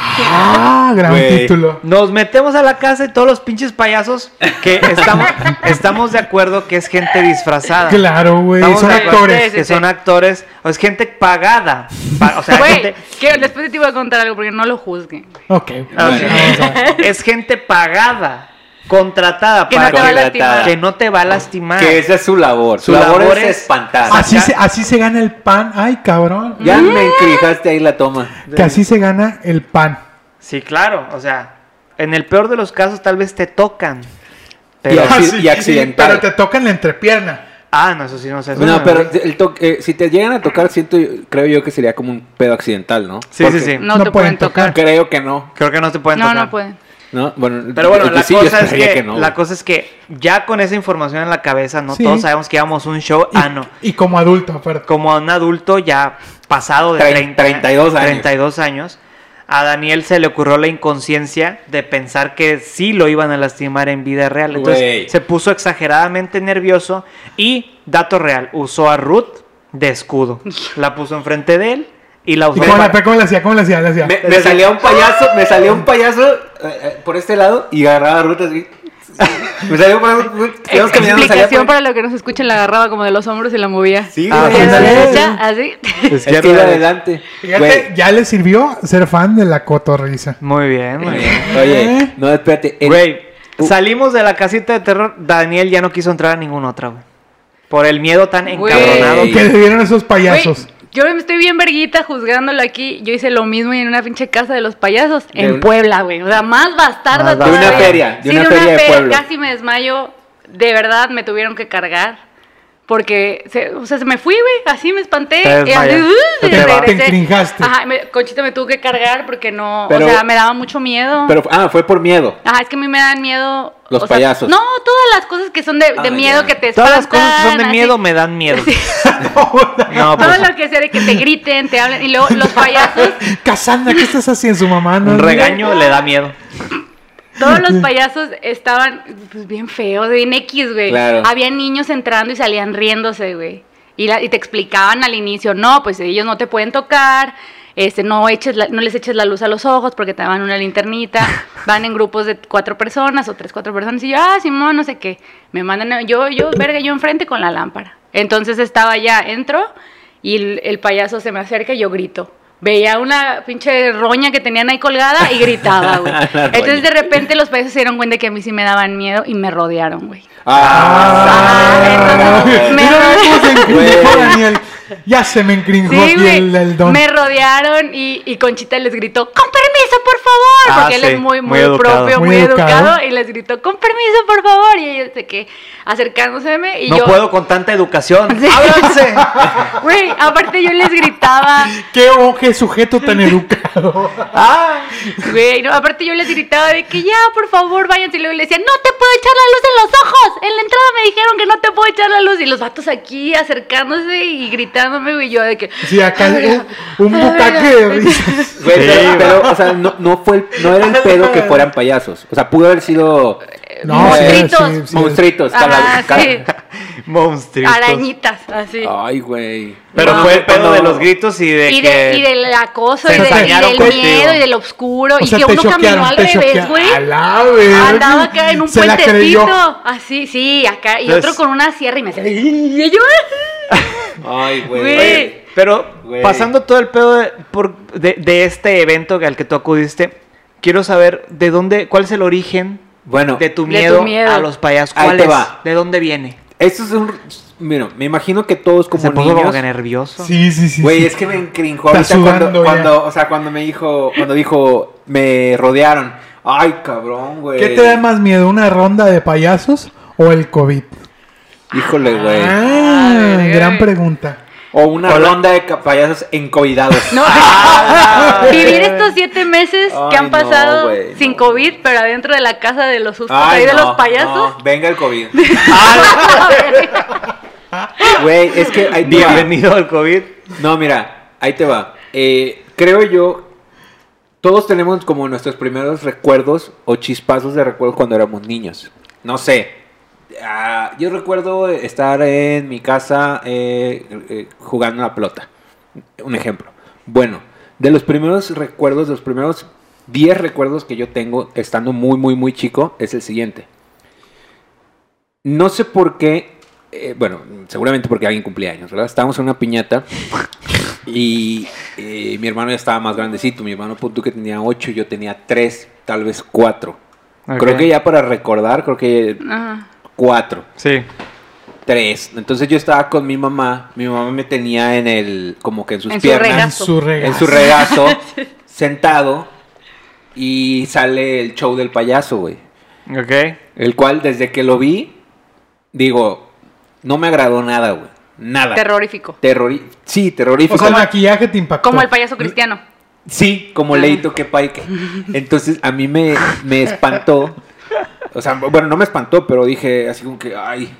Ah, gran
Güey.
título.
Nos metemos a la casa y todos los pinches payasos que estamos, estamos de acuerdo que es gente disfrazada.
Claro, güey.
Estamos
Son
de acuerdo
actores.
Que son actores. O es gente pagada. pa- o sea,
Güey,
gente,
que después te iba a contar algo porque no lo juzguen.
Ok.
Ah,
Bueno.
sí. es gente pagada, contratada
Que no
para
te va a
Contratada.
lastimar.
que no te va a lastimar.
Que esa es su labor. Su,
Su
labor,
labor
es,
es-
espantar.
Así se, así se gana el pan. Ay, cabrón.
Ya
Mm.
me encrijaste ahí la toma.
Que así se gana el pan.
Sí, claro, o sea, en el peor de los casos tal vez te tocan. Pero
Ya. Así-
Ah, sí,
y accidental.
Pero te tocan la entrepierna.
ah, no, eso sí no sé. eso
No,
me-
pero el to- eh, si te llegan a tocar, siento, yo- creo yo que sería como un pedo accidental, Eh, ¿no?
Sí,
Porque
sí, sí.
No,
No
te
pueden
pueden tocar.
Creo que no.
Creo que no te pueden
No,
tocar.
no pueden.
¿no? Bueno,
Pero bueno,
pues
la,
sí, yo
cosa es
esperaría
que,
no,
la
güey.
cosa es que ya con esa información en la cabeza, no
Sí.
todos sabemos que íbamos un show.
Y,
ah, no.
y como adulto, aparte.
Como a un adulto ya pasado de
Trein-
30,
32 años.
32 años, a Daniel se le ocurrió la inconsciencia de pensar que sí lo iban a lastimar en vida real. Entonces
Güey.
se puso exageradamente nervioso y, dato real, usó a Ruth de escudo. La puso enfrente de él y la
¿Y
usó
cómo
para-
la, cómo la hacía? ¿Cómo la hacía? La hacía.
Me, me salía un payaso, me salía un payaso eh, eh, por este lado y agarraba rutas así. Me salía un payaso. pues, íbamos caminando, salía
Explicación
por-
para lo que nos escuchen, la agarraba como de los hombros y la movía.
Sí,
Ah,
güey,
Hacia la
ándale.
derecha, así.
Es que iba adelante.
Fíjate,
Güey,
ya le sirvió ser fan de la cotorriza.
Muy bien, muy bien.
Oye, no, espérate. Eh, el-
Güey, salimos de la casita de terror. Daniel ya no quiso entrar a ninguna otra, güey. Por el miedo tan
Güey.
encabronado.
Sí.
Que le dieron esos
Güey,
payasos.
yo me estoy bien verguita juzgándolo aquí. Yo hice lo mismo en una pinche casa de los payasos
De
en
un-
Puebla, güey. O sea, más bastardo
Más
de una
todavía.
feria, de
Sí,
una feria de pueblo.
Casi me desmayo. De verdad, me tuvieron que cargar. Porque, se- o sea, se me fui, güey. Así me espanté.
Te
y así,
desmayaste.
uh, y
Te
regresé.
encrinjaste.
Ajá, y me- Conchita me tuvo que cargar porque no.
Pero-
o sea, me daba mucho miedo.
Pero, ah, fue por miedo.
Ajá, es que a mí me dan miedo.
Los
o sea,
payasos.
no, todas las cosas que son de, de
Ah,
miedo
ya.
que te
Todas
espantan.
las cosas que son de
así.
miedo me dan miedo.
Sí.
No,
Todo
pues.
lo que sea de que te griten, te hablen. Y luego los payasos,
Casandra, ¿qué estás haciendo? Su mamá no.
Un regaño le da miedo.
todos los payasos estaban pues, bien feos, bien X, güey.
Claro.
Había niños entrando y salían riéndose, güey. Y, la- y te explicaban al inicio, no, pues ellos no te pueden tocar, este, no, eches la- no les eches la luz a los ojos porque te dan una linternita, van en grupos de cuatro personas o tres, cuatro personas, y yo, ah, Simón, no sé qué, me mandan, a- yo, yo, verga, yo enfrente con la lámpara. Entonces estaba ya, entro y el, el payaso se me acerca y yo grito. Veía una pinche roña que tenían ahí colgada y gritaba, Ah, güey.
La roña.
Entonces de repente los payasos se dieron cuenta que a mí sí me daban miedo y me rodearon, güey.
Ah,
Ah,
Me-
mira cómo se encrinjó
Güey.
Daniel. Ya se me encrinjó
Sí,
aquí
güey.
el, el don.
Me rodearon y, y Conchita les gritó, con permiso, por favor.
Ah,
Porque él
sí,
es muy,
muy
muy,
educado.
propio,
Muy
muy,
educado.
educado. Y les gritó, con permiso, por favor. Y ellos de que acercándoseme y
No
yo.
puedo con tanta educación.
Sí.
¡Ábranse!
Güey, aparte yo les gritaba,
Qué oje sujeto tan educado.
Ah.
güey, no, aparte yo les gritaba de que ya, por favor, váyanse. Y luego les decía, no te puedo echar la luz en los ojos. En la entrada me dijeron que no te puedo echar la luz. Y los vatos aquí acercándose y gritándome, güey, yo de que.
Sí, acá
Ah,
un, un bucaque de risas.
Güey,
Sí,
pero,
güey.
pero, o sea, no, no, fue el- no era el pedo que fueran payasos. O sea, pudo haber sido eh,
No, sí,
Monstruitos.
sí, sí.
monstruitos. cala-
Ah,
cala-
sí,
Monstruos.
arañitas, así.
Ay, güey.
Pero
No,
fue el pedo
cuando-
de los gritos y de
y,
que.
de, y del acoso
se
y, de- y
ensañaron
del
contigo.
miedo y del oscuro y que uno caminó al revés,
choquearon.
güey.
A la verga.
Andaba acá en un
Se la creyó.
puentecito, así, sí, acá, y
Entonces-
otro con una sierra y me hacía, y yo,
Ay,
Güey.
güey.
Pero
Güey.
pasando todo el pedo de, por- de- de este evento al que tú acudiste, quiero saber de dónde, cuál es el origen
Bueno,
de tu
De tu
miedo,
miedo.
a los payasos.
Ahí
¿Cuál
te
es?
va.
¿De dónde viene?
esto es un. Mira, me imagino que todos como
Se puso
niños.
como que nervioso.
Sí, sí, sí.
Güey,
sí.
es que me encrinjó ahorita
Está sudando
cuando,
ya.
cuando, o sea, cuando me dijo, cuando dijo, me rodearon. Ay, cabrón, güey.
¿Qué te da más miedo, una ronda de payasos o el COVID?
Híjole, güey.
Ah,
verga.
gran pregunta.
O una ronda de ca- payasos encovidados.
no,
Ah,
vivir estos siete meses
Ay,
que han
no,
pasado
güey, no.
sin COVID, pero adentro de la casa de los sustos
Ay,
ahí de
no,
los payasos.
no, venga el COVID.
Ah,
Güey, es que ahí te va.
Bienvenido al COVID.
No, mira, ahí te va. Eh, creo yo, todos tenemos como nuestros primeros recuerdos o chispazos de recuerdos cuando éramos niños. No sé. ah, yo recuerdo estar en mi casa eh, eh, jugando a la pelota. Un ejemplo. Bueno, de los primeros recuerdos, de los primeros 10 recuerdos que yo tengo estando muy, muy, muy chico, es el siguiente. No sé por qué. eh, bueno, seguramente porque alguien cumplía años, ¿verdad? Estábamos en una piñata y eh, mi hermano ya estaba más grandecito. Mi hermano, punto que tenía 8, yo tenía 3, tal vez 4. Creo
Ok.
que ya para recordar, creo que
Ajá.
4,
Sí.
3. Entonces yo estaba con mi mamá. Mi mamá me tenía en el. como que en sus
En su
piernas.
En
Regazo.
su regazo.
en su regazo, sentado. Y sale el show del payaso, güey.
Ok.
El cual desde que lo vi, digo, no me agradó nada, güey. Nada.
Terrorífico.
Terrori- sí, terrorífico.
O sea, el maquillaje te impactó.
Como el payaso cristiano.
Sí, como Leito que Pike. Entonces a mí me, me espantó. O sea, bueno, no me espantó, pero dije así como que, ay,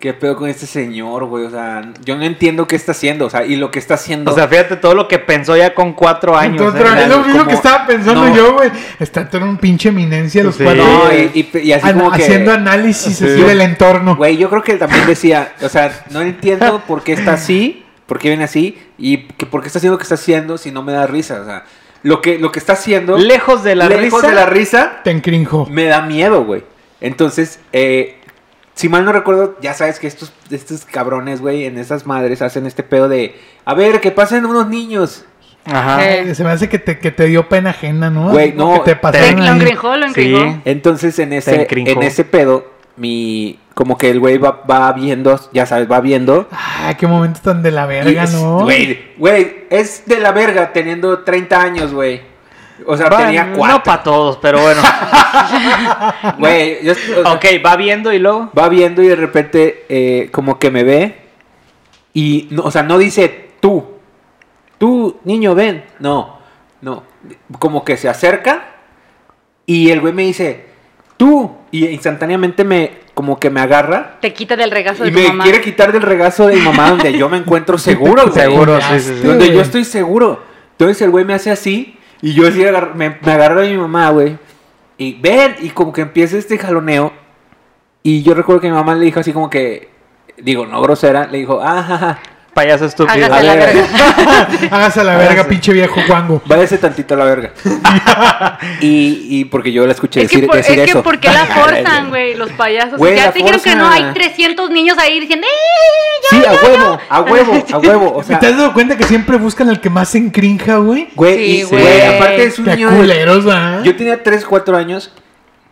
qué pedo con este señor, güey. O sea, yo no entiendo qué está haciendo. O sea, y lo que está haciendo.
O sea, fíjate todo lo que pensó ya con cuatro años.
Entonces,
¿eh?
otra vez
claro,
lo mismo
como-
que estaba pensando
no.
yo, güey. Está toda una pinche eminencia los
Sí.
cuatro.
No, y, y- y así
Ana-
como que.
haciendo análisis
Sí.
así del entorno.
Güey, yo creo que también decía, o sea, no entiendo por qué está así, por qué viene así y que por qué está haciendo lo que está haciendo si no me da risa. O sea, lo que, lo que está haciendo.
Lejos de la
lejos
risa.
de la risa.
Te encrinjó.
Me da miedo, güey. Entonces, eh, si mal no recuerdo, ya sabes que estos, estos cabrones, güey, en esas madres hacen este pedo de, a ver, que pasen unos niños.
Ajá.
Eh,
Se me hace que te, que te dio pena ajena, ¿no?
Güey,
Así como
no,
Que te pasaron
lo
ahí.
engrijó,
Sí.
lo engrijó.
Entonces, en
Te
ese,
encrinjó.
en ese pedo, mi, como que el güey va, va viendo, ya sabes, va viendo.
Ah, qué momento tan de la
y
verga,
es-
¿no?
Güey, güey, es de la verga teniendo 30 años, güey. O sea,
Va,
tenía
no
cuatro.
para todos, pero bueno.
Güey, yo- o sea,
ok, va viendo y luego.
va viendo y de repente eh, como que me ve y, no, o sea, no dice tú, tú, niño, ven. No, no, como que se acerca y el güey me dice, tú, y instantáneamente me, como que me agarra
Te quita del regazo
y
de tu
me
mamá.
quiere quitar del regazo de mi mamá donde yo me encuentro seguro, güey.
Seguro, sí, sí, sí.
Donde yo estoy seguro. Entonces el güey me hace así y yo así agar- me, me agarro de mi mamá, güey. Y ven, y como que empieza este jaloneo. Y yo recuerdo que mi mamá le dijo así como que, digo, no grosera, le dijo, ah, ja, ja,
Payaso estúpido.
Hágase la
A ver.
verga.
Hágase a la verga, pinche viejo guango.
váyase tantito a la verga. y, y porque yo la escuché
Es
decir,
que, por, es
decir
que
eso.
¿por qué la forzan, güey? Los payasos.
Güey,
ya
la
te dijeron que no
forzan.
hay 300 niños ahí diciendo, ¡eh!
Sí, a huevo, a huevo, a huevo. O
¿Te
sea,
has dado cuenta que siempre buscan al que más se encrinja, güey?
güey,
Sí,
y-
güey.
güey, aparte es un
Qué
niño de-
culeros, ¿ah? ¿verdad?
Yo tenía 3, 4 años.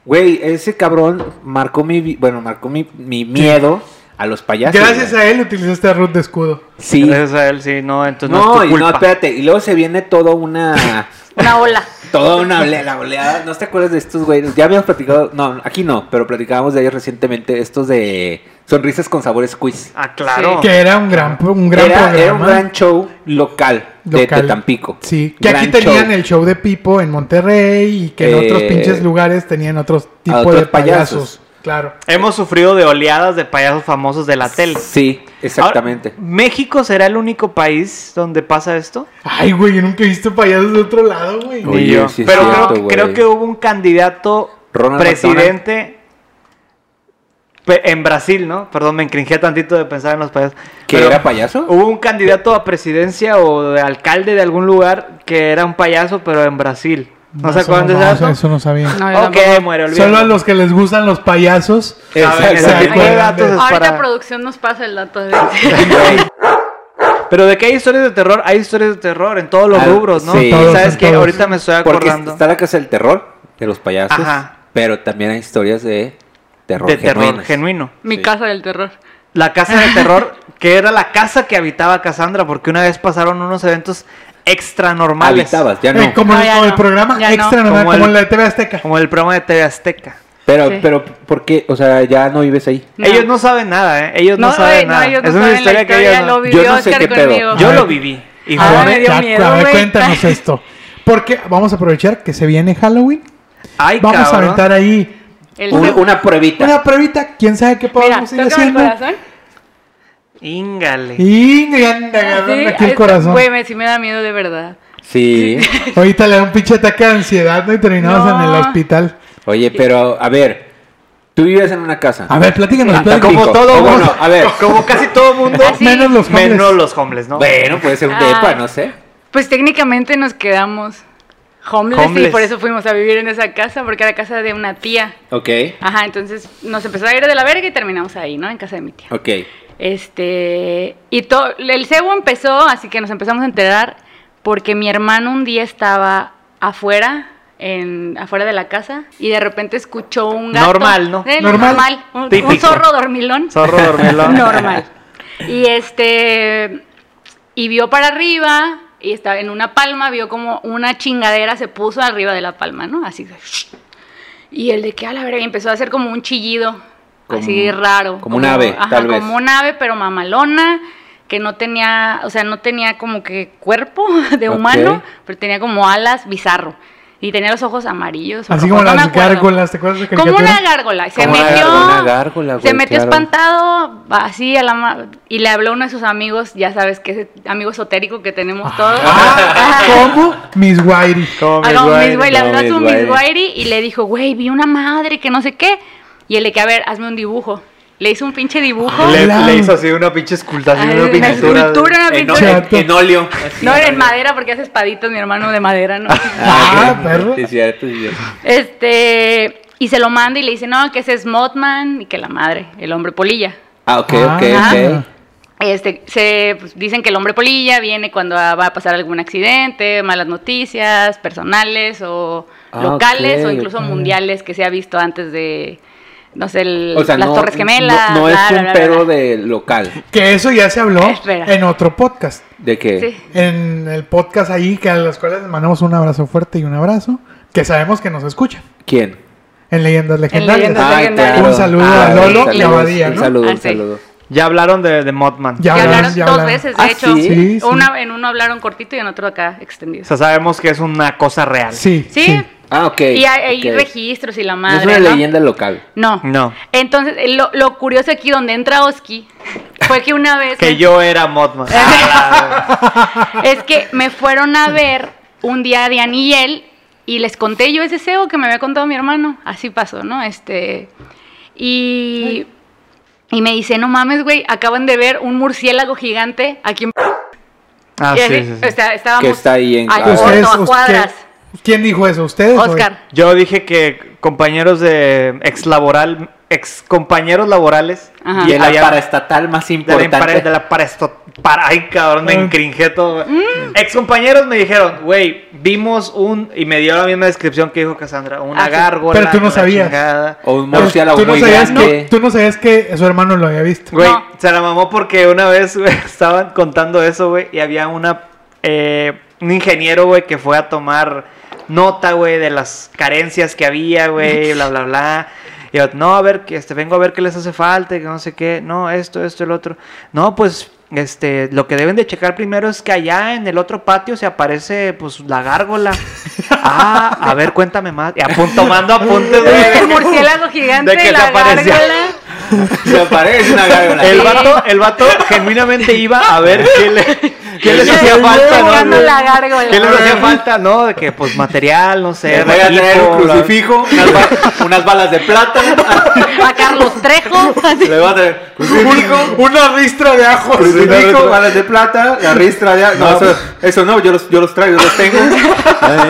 Güey, ese cabrón marcó mi, vi- bueno, marcó mi, mi miedo a los payasos.
Gracias
güey.
a él utilizaste a Ruth de escudo.
Sí.
Gracias a él, sí, no, entonces no,
No,
es
y
tu
no,
culpa.
espérate. Y luego se viene toda una...
Una ola.
toda una ole- la oleada. ¿No te acuerdas de estos güeyes? Ya habíamos platicado... No, aquí no, pero platicábamos de ellos recientemente. Estos de sonrisas con sabores quiz.
Ah, claro.
Que era un gran, un gran
Era,
programa.
era un gran show local, de- De,
local.
Tampico.
Sí, que aquí
Gran
tenían
show.
el show de Pipo en Monterrey y que en
Eh,
otros pinches lugares tenían otros tipos
otros
de payasos.
payasos.
Claro.
Hemos sufrido de oleadas de payasos famosos de la tele.
Sí, exactamente.
Ahora, ¿México será el único país donde pasa esto?
Ay, güey, yo nunca he visto payasos de otro lado, güey.
Oye,
Ni yo.
sí es
Pero
cierto,
creo, que,
güey.
creo que hubo un candidato
Ronald
presidente pe- en Brasil, ¿no? Perdón, me encringé tantito de pensar en los payasos.
¿Que
Pero
era payaso?
Hubo un candidato a presidencia o de alcalde de algún lugar que era un payaso, pero en Brasil. ¿No, se
eso
acuerdan de
no,
ese
eso-
dato?
Eso no sabía.
No, yo
ok,
tampoco.
muere, olvídalo.
Solo a los que les gustan los payasos.
Saben,
Exacto.
ese tipo de
Ay,
datos es
Ahorita
para-
producción nos pasa el dato de
Pero de que hay historias de terror, hay historias de terror en todos los
Ah,
rubros, ¿no?
sí.
Y
Todos,
sabes
en
que
todos.
ahorita me estoy
Porque
acordando.
está la casa del terror de los payasos,
Ajá.
pero también hay historias de terror
de terror
genuinas.
genuino.
mi
Sí.
casa del terror.
La casa de terror, que era la casa que habitaba Cassandra, porque una vez pasaron unos eventos extranormales.
Habitabas, ya no.
Eh, como
No,
el,
ya
como el
no,
programa
ya no.
extra, ¿no?
Como
Como,
el-
la de TV Azteca.
Como el programa de TV Azteca.
Pero,
Sí.
pero, ¿por qué? O sea, ya no vives ahí.
No.
Ellos no saben nada, ¿eh? Ellos no, saben
eh,
nada.
ellos no
es una
saben la
historia, que ellos
lo
no...
vivió
Yo no sé
Oscar
qué pedo.
conmigo.
Yo
A
lo
ver.
viví. Y
Ah,
fue-
me dio
Chaco,
miedo,
a ver,
güey.
cuéntanos esto. Porque vamos a aprovechar que se viene Halloween.
Ay,
Vamos a
cabrón.
aventar ahí
El-
Una, una pruebita.
una pruebita. ¿Quién sabe qué
Mira,
podemos
tócame
ir
el
haciendo?
corazón.
Íngale.
Y y anda
Sí,
agarrando aquí
ahí
el
está.
corazón.
Güey, me, sí me da miedo de verdad.
Sí.
Ahorita le da un pinche ataque de ansiedad ¿no? y terminamos
No.
en el hospital.
Oye, pero, a ver, tú vives en una casa.
A ver, platícanos.
Ah,
platícanos.
tampoco.
Como todo
O bueno,
mundo-
a ver.
Como casi todo mundo.
Así.
Menos los hombres.
Menos los homeless, ¿no?
Bueno, pues. puede ser un
Ah.
depa, no sé.
Pues técnicamente nos quedamos homeless,
Homeless.
y por eso fuimos a vivir en esa casa, porque era casa de una tía.
Ok,
Ajá, entonces nos empezó a ir de la verga y terminamos ahí, ¿no? En casa de mi tía.
ok.
Este, y to- el cebo empezó, así que nos empezamos a enterar porque mi hermano un día estaba afuera, en, afuera de la casa y de repente escuchó un gato.
Normal, ¿no?
Eh,
Normal.
normal. un- un,
Típico.
zorro dormilón.
Zorro dormilón.
normal. Y este, y vio para arriba y estaba en una palma, vio como una chingadera se puso arriba de la palma, ¿no? Así. de, "Shh". Y el de que a la verga y empezó a hacer como un chillido,
Como-
así raro.
como un ave,
ajá,
tal vez.
Como un ave, pero mamalona, que no tenía, o sea, no tenía como que cuerpo de humano,
Ok.
pero tenía como alas bizarro. Y tenía los ojos amarillos. o
Así
rojos,
como
no me
las
acuerdo.
gárgolas, ¿te acuerdas de esa
Como una
caricatura?
gárgola. y Se
Como una
metió,
gárgola, una gárgola,
se
güey,
metió
claro.
espantado así a la ma- y le habló uno de sus amigos, ya sabes que ese amigo esotérico que tenemos todos.
Ah, ¿Cómo? Mis Wairi.
Como
Ah,
mis
no,
güeyes.
Miss Guairi, le
no,
habló a
Miss
su
Guairi.
Miss Guairi y le dijo, güey, vi una madre que no sé qué. Y él le que, a ver, hazme un dibujo. Le hizo un pinche dibujo.
Le,
Hola.
le hizo así una pinche escultura, así
Ay,
una
una
pintura.
escultura, una
En,
pintura.
en- en óleo.
Ah, No, era en madera porque hace espaditas, mi hermano, de madera, ¿no?
Ah,
ok.
perro.
Sí, cierto, sí, cierto.
este, y se lo manda y le dice, no, que ese es Mothman y que la madre, el hombre polilla.
Ah, ok, ok,
Ah.
ok.
Este, se pues, dicen que el hombre polilla viene cuando va a pasar algún accidente, malas noticias, personales o
Ah,
locales o
ok,
incluso
ok.
mundiales que se ha visto antes de, no sé, el-
O sea,
las
no,
Torres Gemelas.
no, no
bla,
es
bla,
un
bla, bla,
pedo
bla.
de local.
Que eso ya se habló
Espera.
en otro podcast.
¿De qué?
Sí.
En el podcast ahí, que a los cuales les mandamos un abrazo fuerte y un abrazo, que sabemos que nos escuchan
¿Quién?
en Leyendas Legendarias.
Leyendas. legendario.
Un saludo
a Lolo
un
y a
saludo,
Badía,
Un
¿no?
saludo, un
Ah, sí.
saludo.
Ya hablaron de, de Mothman.
Ya
Que
hablaron,
hablaron
ya
dos
hablaron.
veces, de
Ah,
hecho.
¿sí?
Sí, sí.
Una, en uno hablaron cortito y en otro acá extendido.
O sea, sabemos que es una cosa real.
Sí,
¿Sí?
sí.
Ah, ok.
Y hay, hay
ok.
registros y la
No es
madre.
una
¿no?
leyenda local.
No.
No.
Entonces, eh, lo, lo curioso aquí donde entra Oski fue que una vez.
Que yo era Mothman.
Es que me fueron a ver un día Diane y él y les conté yo ese cebo que me había contado mi hermano. Así pasó, ¿no? Este. Y. Y me dice, no mames, güey, acaban de ver un murciélago gigante aquí en...
Ah,
y
sí,
así,
sí, sí.
O sea, estábamos...
Que está ahí en-
al
Ah,
Ustedes,
corto, a
usted-
cuadras.
¿Quién dijo eso? ¿Ustedes? o-
Oscar.
Yo dije que compañeros de ex laboral, ex compañeros laborales.
Ajá.
Y es la
habían-
paraestatal más
de la, impare-
importante.
de la paresto- para, ay, cabrón, me encringé todo. Ex compañeros me dijeron, güey, vimos un. Y me dio la misma descripción que dijo Cassandra: una
Ah, sí.
gárgola.
Pero tú no
una
sabías.
chingada.
O un
Pero
murciélago
tú no
muy
sabías
grande.
que- Tú no sabías que su hermano lo había visto.
Güey,
No.
se la mamó porque una vez güey, estaban contando eso, güey, y había una eh, un ingeniero, güey, que fue a tomar nota, güey, de las carencias que había, güey, bla, bla, bla. Y yo, no, a ver, que este, vengo a ver qué les hace falta, que no sé qué, no, esto, esto, el otro. No, pues, este, lo que deben de checar primero es que allá en el otro patio se aparece, pues, la gárgola. Ah, a ver, cuéntame más. Y apun- tomando apuntes, güey. de
El
que-
murciélago gigante,
de que se
la
aparecía.
gárgola.
Se parece una gárgola.
El
Sí.
vato, el vato genuinamente iba a ver qué, le, qué les
Sí,
hacía
sí,
falta,
buscando
¿no?
la gárgola.
¿Qué les hacía falta, no? De que, pues, material, no sé.
Eh, Voy a
equipo,
tener un
bla-
crucifijo, unas, ba- unas balas de plata.
A Carlos Trejo.
Le voy a tener crucifijo,
Una ristra de ajos.
crucifijo, balas de plata, la ristra de... No, eso, eso no, yo los, yo los traigo, yo los tengo.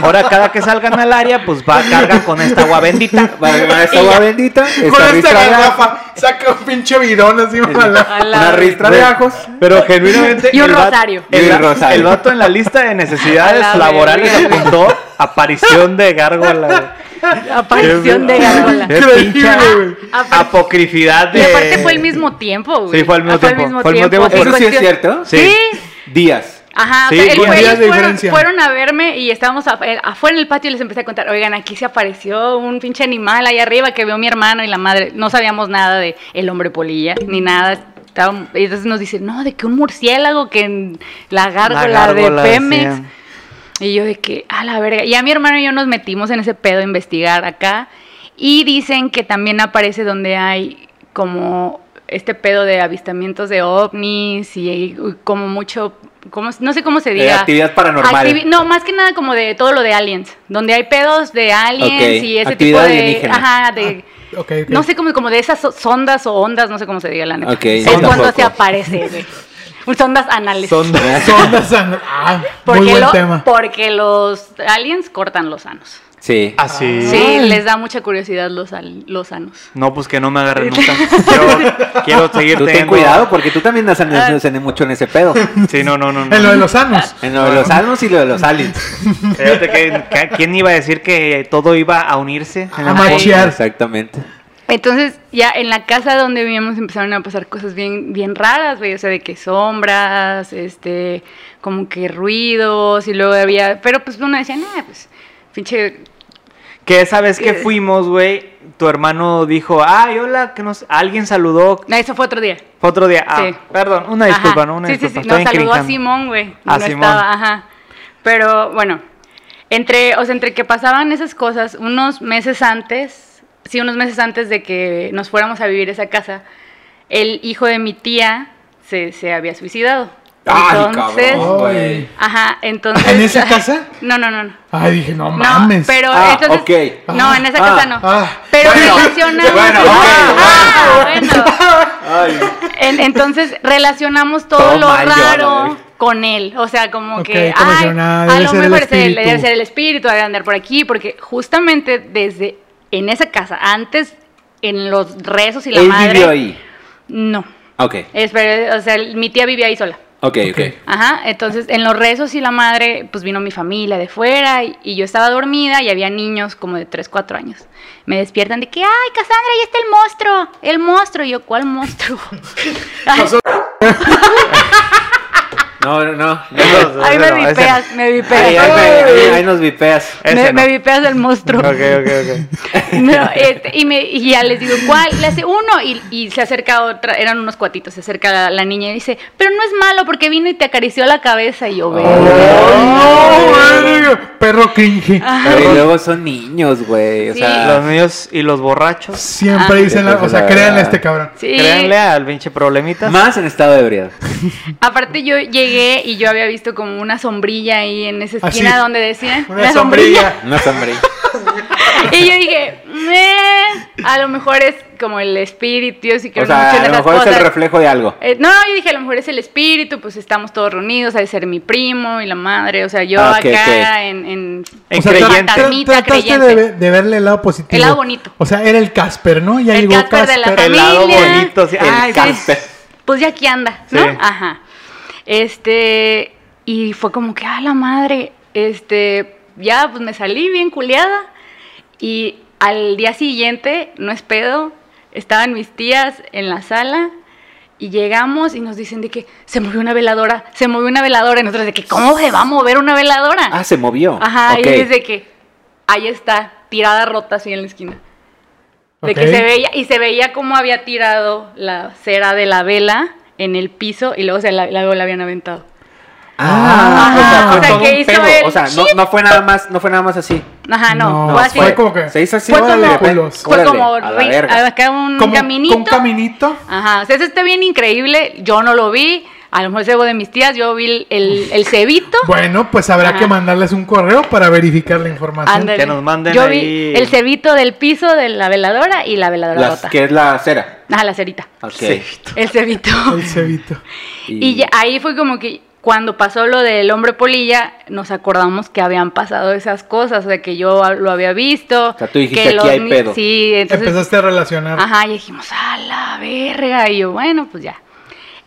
Ahora, cada que salgan al área, pues, va, cargan con esta agua bendita.
Vale, va esta agua bendita,
Con
esta
esta
ristra de ajos,
garrafa saca un pinche bidón así ojalá.
este A la-
una ristra de ajos.
Pero genuinamente.
Y un
el va-
rosario.
El,
Y un
va-
rosario.
el vato en la lista de necesidades
A la
laborales
verga.
apuntó aparición de gárgola. güey.
Aparición de
Qué-
gárgola.
Qué pincha
Increíble,
Apar-
apocrifidad de.
Ah, Y aparte fue al mismo tiempo, güey. Ah,
Sí, fue al mismo tiempo, fue al mismo tiempo.
Eso sí
cuestión-
es cierto.
Sí.
Sí.
Días.
Ajá,
Sí,
o sea, el-
con
ellos
días de
fueron,
diferencia.
fueron a verme y estábamos afu- eh, afuera en el patio y les empecé a contar, oigan, aquí se apareció un pinche animal ahí arriba que vio mi hermano y la madre. No sabíamos nada de el hombre polilla, ni nada. Estábamos- y entonces nos dicen, no, de que un murciélago, que en la gárgola,
gárgola,
de Pemex.
decían.
Y yo de que, a la verga. Y a mi hermano y yo nos metimos en ese pedo a investigar acá. Y dicen que también aparece donde hay como este pedo de avistamientos de ovnis y hay como mucho, como, no sé cómo se
Eh,
diga.
actividad paranormal.
Activi- no, más que nada como de todo lo de aliens. Donde hay pedos de aliens
Ok,
y ese
actividad
tipo de...
alienígena.
Ajá, de...
Ah, Ok, ok.
No sé, como, como de esas so- sondas o ondas, no sé cómo se diga la neta.
Ok,
es
yo
cuando
tampoco.
se aparece, güey. Sondas anales.
Son las an- Ah, muy
Porque,
buen
lo-
tema.
porque los aliens cortan los sanos.
Sí.
Así.
Sí, les da mucha curiosidad los, al- los sanos.
No, pues que no me agarren nunca. Quiero, quiero seguir
Tú ten
teniendo-
cuidado porque tú también andas andas mucho en ese pedo.
Sí, no, no, no. no.
En lo de los sanos.
En lo de los alnos y lo de los aliens.
Fíjate que- que- ¿Quién iba a decir que todo iba a unirse? en
A
el-
machear.
Exactamente.
Entonces, ya en la casa donde vivíamos empezaron a pasar cosas bien, bien raras, güey. O sea, de que sombras, este, como que ruidos, y luego había. Pero pues uno decía, nada, pues, pinche.
Que esa vez que fuimos, güey, tu hermano dijo, ay, hola, que nos... Alguien saludó.
No, eso fue otro día.
Fue otro día. Ah,
Sí.
perdón, una disculpa,
Ajá.
¿no? Una
sí,
disculpa.
sí, sí.
estoy
Nos saludó a
encrinchando.
Simón, güey.
A
no
Simón.
estaba, ajá. Pero bueno, entre, o sea, entre que pasaban esas cosas, unos meses antes, sí, unos meses antes de que nos fuéramos a vivir a esa casa, el hijo de mi tía se, se había suicidado.
Ay,
Entonces-
cabrón, güey.
Ajá, entonces.
¿En esa casa?
No, no, no, no.
Ay, dije, no
No,
mames.
pero
Ah,
entonces.
ok.
No, en esa
Ah,
casa no.
ah.
pero
Bueno,
relacionamos.
bueno, ok,
Ah, bueno.
Ay,
En- entonces relacionamos todo,
Todo
lo
mal, yo, la
raro
verga.
con él. O sea, como
Ok,
que.
como
ay,
si nada,
a
debe
lo
ser el
mejor es el-
espíritu.
debe ser el espíritu, debe andar por aquí, porque justamente desde en esa casa, antes en los rezos y la
él
madre.
vivió ahí.
No.
Ok,
Es, pero, o sea, el- mi tía vivía ahí sola.
ok, ok.
Ajá, entonces en los rezos y la madre, pues vino mi familia de fuera y, y yo estaba dormida y había niños como de 3, 4 años. Me despiertan de que, ay, Cassandra, ahí está el monstruo, el monstruo. Y yo, ¿cuál monstruo? Ay,
No, no, no.
ahí me
Ese no, ese
vipeas, me
Ahí,
vipeas.
ahí me- ahí- ahí nos vipeas.
ese
Me,
no.
me vipeas del monstruo.
Ok, ok, ok.
No, este, y, me, y ya les digo, ¿cuál? Le hace uno y, y se acerca otra, eran unos cuatitos, se acerca la, la niña y dice, pero no es malo porque vino y te acarició la cabeza y yo veo. Oh,
Oh, No, verga, Oh, Perro cringe.
Ah.
Pero y luego son niños, güey. O
Sí.
sea,
Los niños y los borrachos.
Siempre
Ah.
dicen, la, o sea, créanle a este cabrón.
Sí.
Créanle al pinche problemitas.
más en estado de ebriedad.
Aparte yo llegué y yo había visto como una sombrilla ahí en esa
Así.
esquina donde decían
Una, sombrilla.
No hombre.
Y yo dije, "Eh, a lo mejor es como el espíritu, yo sí creo
O sea,
mucho en
a lo
esas
mejor es el
cosas".
reflejo de algo.
Eh, no, yo dije, a lo mejor es el espíritu, pues estamos todos reunidos, ha de ser mi primo y la madre, o sea, yo
Ah, ok,
acá
ok.
en... en-
En
O sea, tra-
creyente.
tra-
Fantasmita
trataste
creyente.
de, ver- de verle el lado positivo.
El lado bonito.
O sea, era el Casper, ¿no? Ya
El
llegó
Casper de la
El
familia.
lado bonito. sí.
El
Ay, sí.
Casper.
pues ya aquí anda, ¿no?
Sí.
Ajá. Este, y fue como que, ah, la madre, este, ya, pues me salí bien culeada. Y al día siguiente, no es pedo, estaban mis tías en la sala y llegamos y nos dicen de que se movió una veladora, se movió una veladora. Y nosotros de que, ¿cómo se va a mover una veladora?
Ah, se movió.
Ajá,
Ok.
y desde que ahí está, tirada rota así en la esquina. De
Ok.
que se veía, y se veía cómo había tirado la cera de la vela en el piso y luego se la, la, la habían aventado.
Ah,
Ajá,
o sea,
o sea,
todo
que
un
hizo
pedo.
el
O sea, no, no fue nada más, no fue nada más así.
Ajá, no,
No,
fue así.
fue como que-
Se hizo así.
Fue
órale,
como-
ven,
culos.
fue
órale,
como
a la
ri-
verga.
acá un
Como
caminito.
Un caminito.
Ajá, o sea, eso está bien increíble, yo no lo vi, a lo mejor es algo de mis tías, yo vi el, el, el cebito.
Bueno, pues habrá
Ajá.
que mandarles un correo para verificar la información.
Ándale.
que nos manden
Yo
ahí-
vi el cebito del piso de la veladora y la veladora
Las-
rota.
que es la cera.
Ajá, la cerita.
Ok.
Sí.
El cebito.
El cebito.
Y ya- ahí fue como que cuando pasó lo del hombre polilla, nos acordamos que habían pasado esas cosas, de que yo a- lo había visto.
O sea, tú dijiste,
que
"Aquí hay
ni-
pedo".
Sí, entonces.
Empezaste a relacionar.
Ajá, y dijimos, a la verga. Y yo, bueno, pues ya.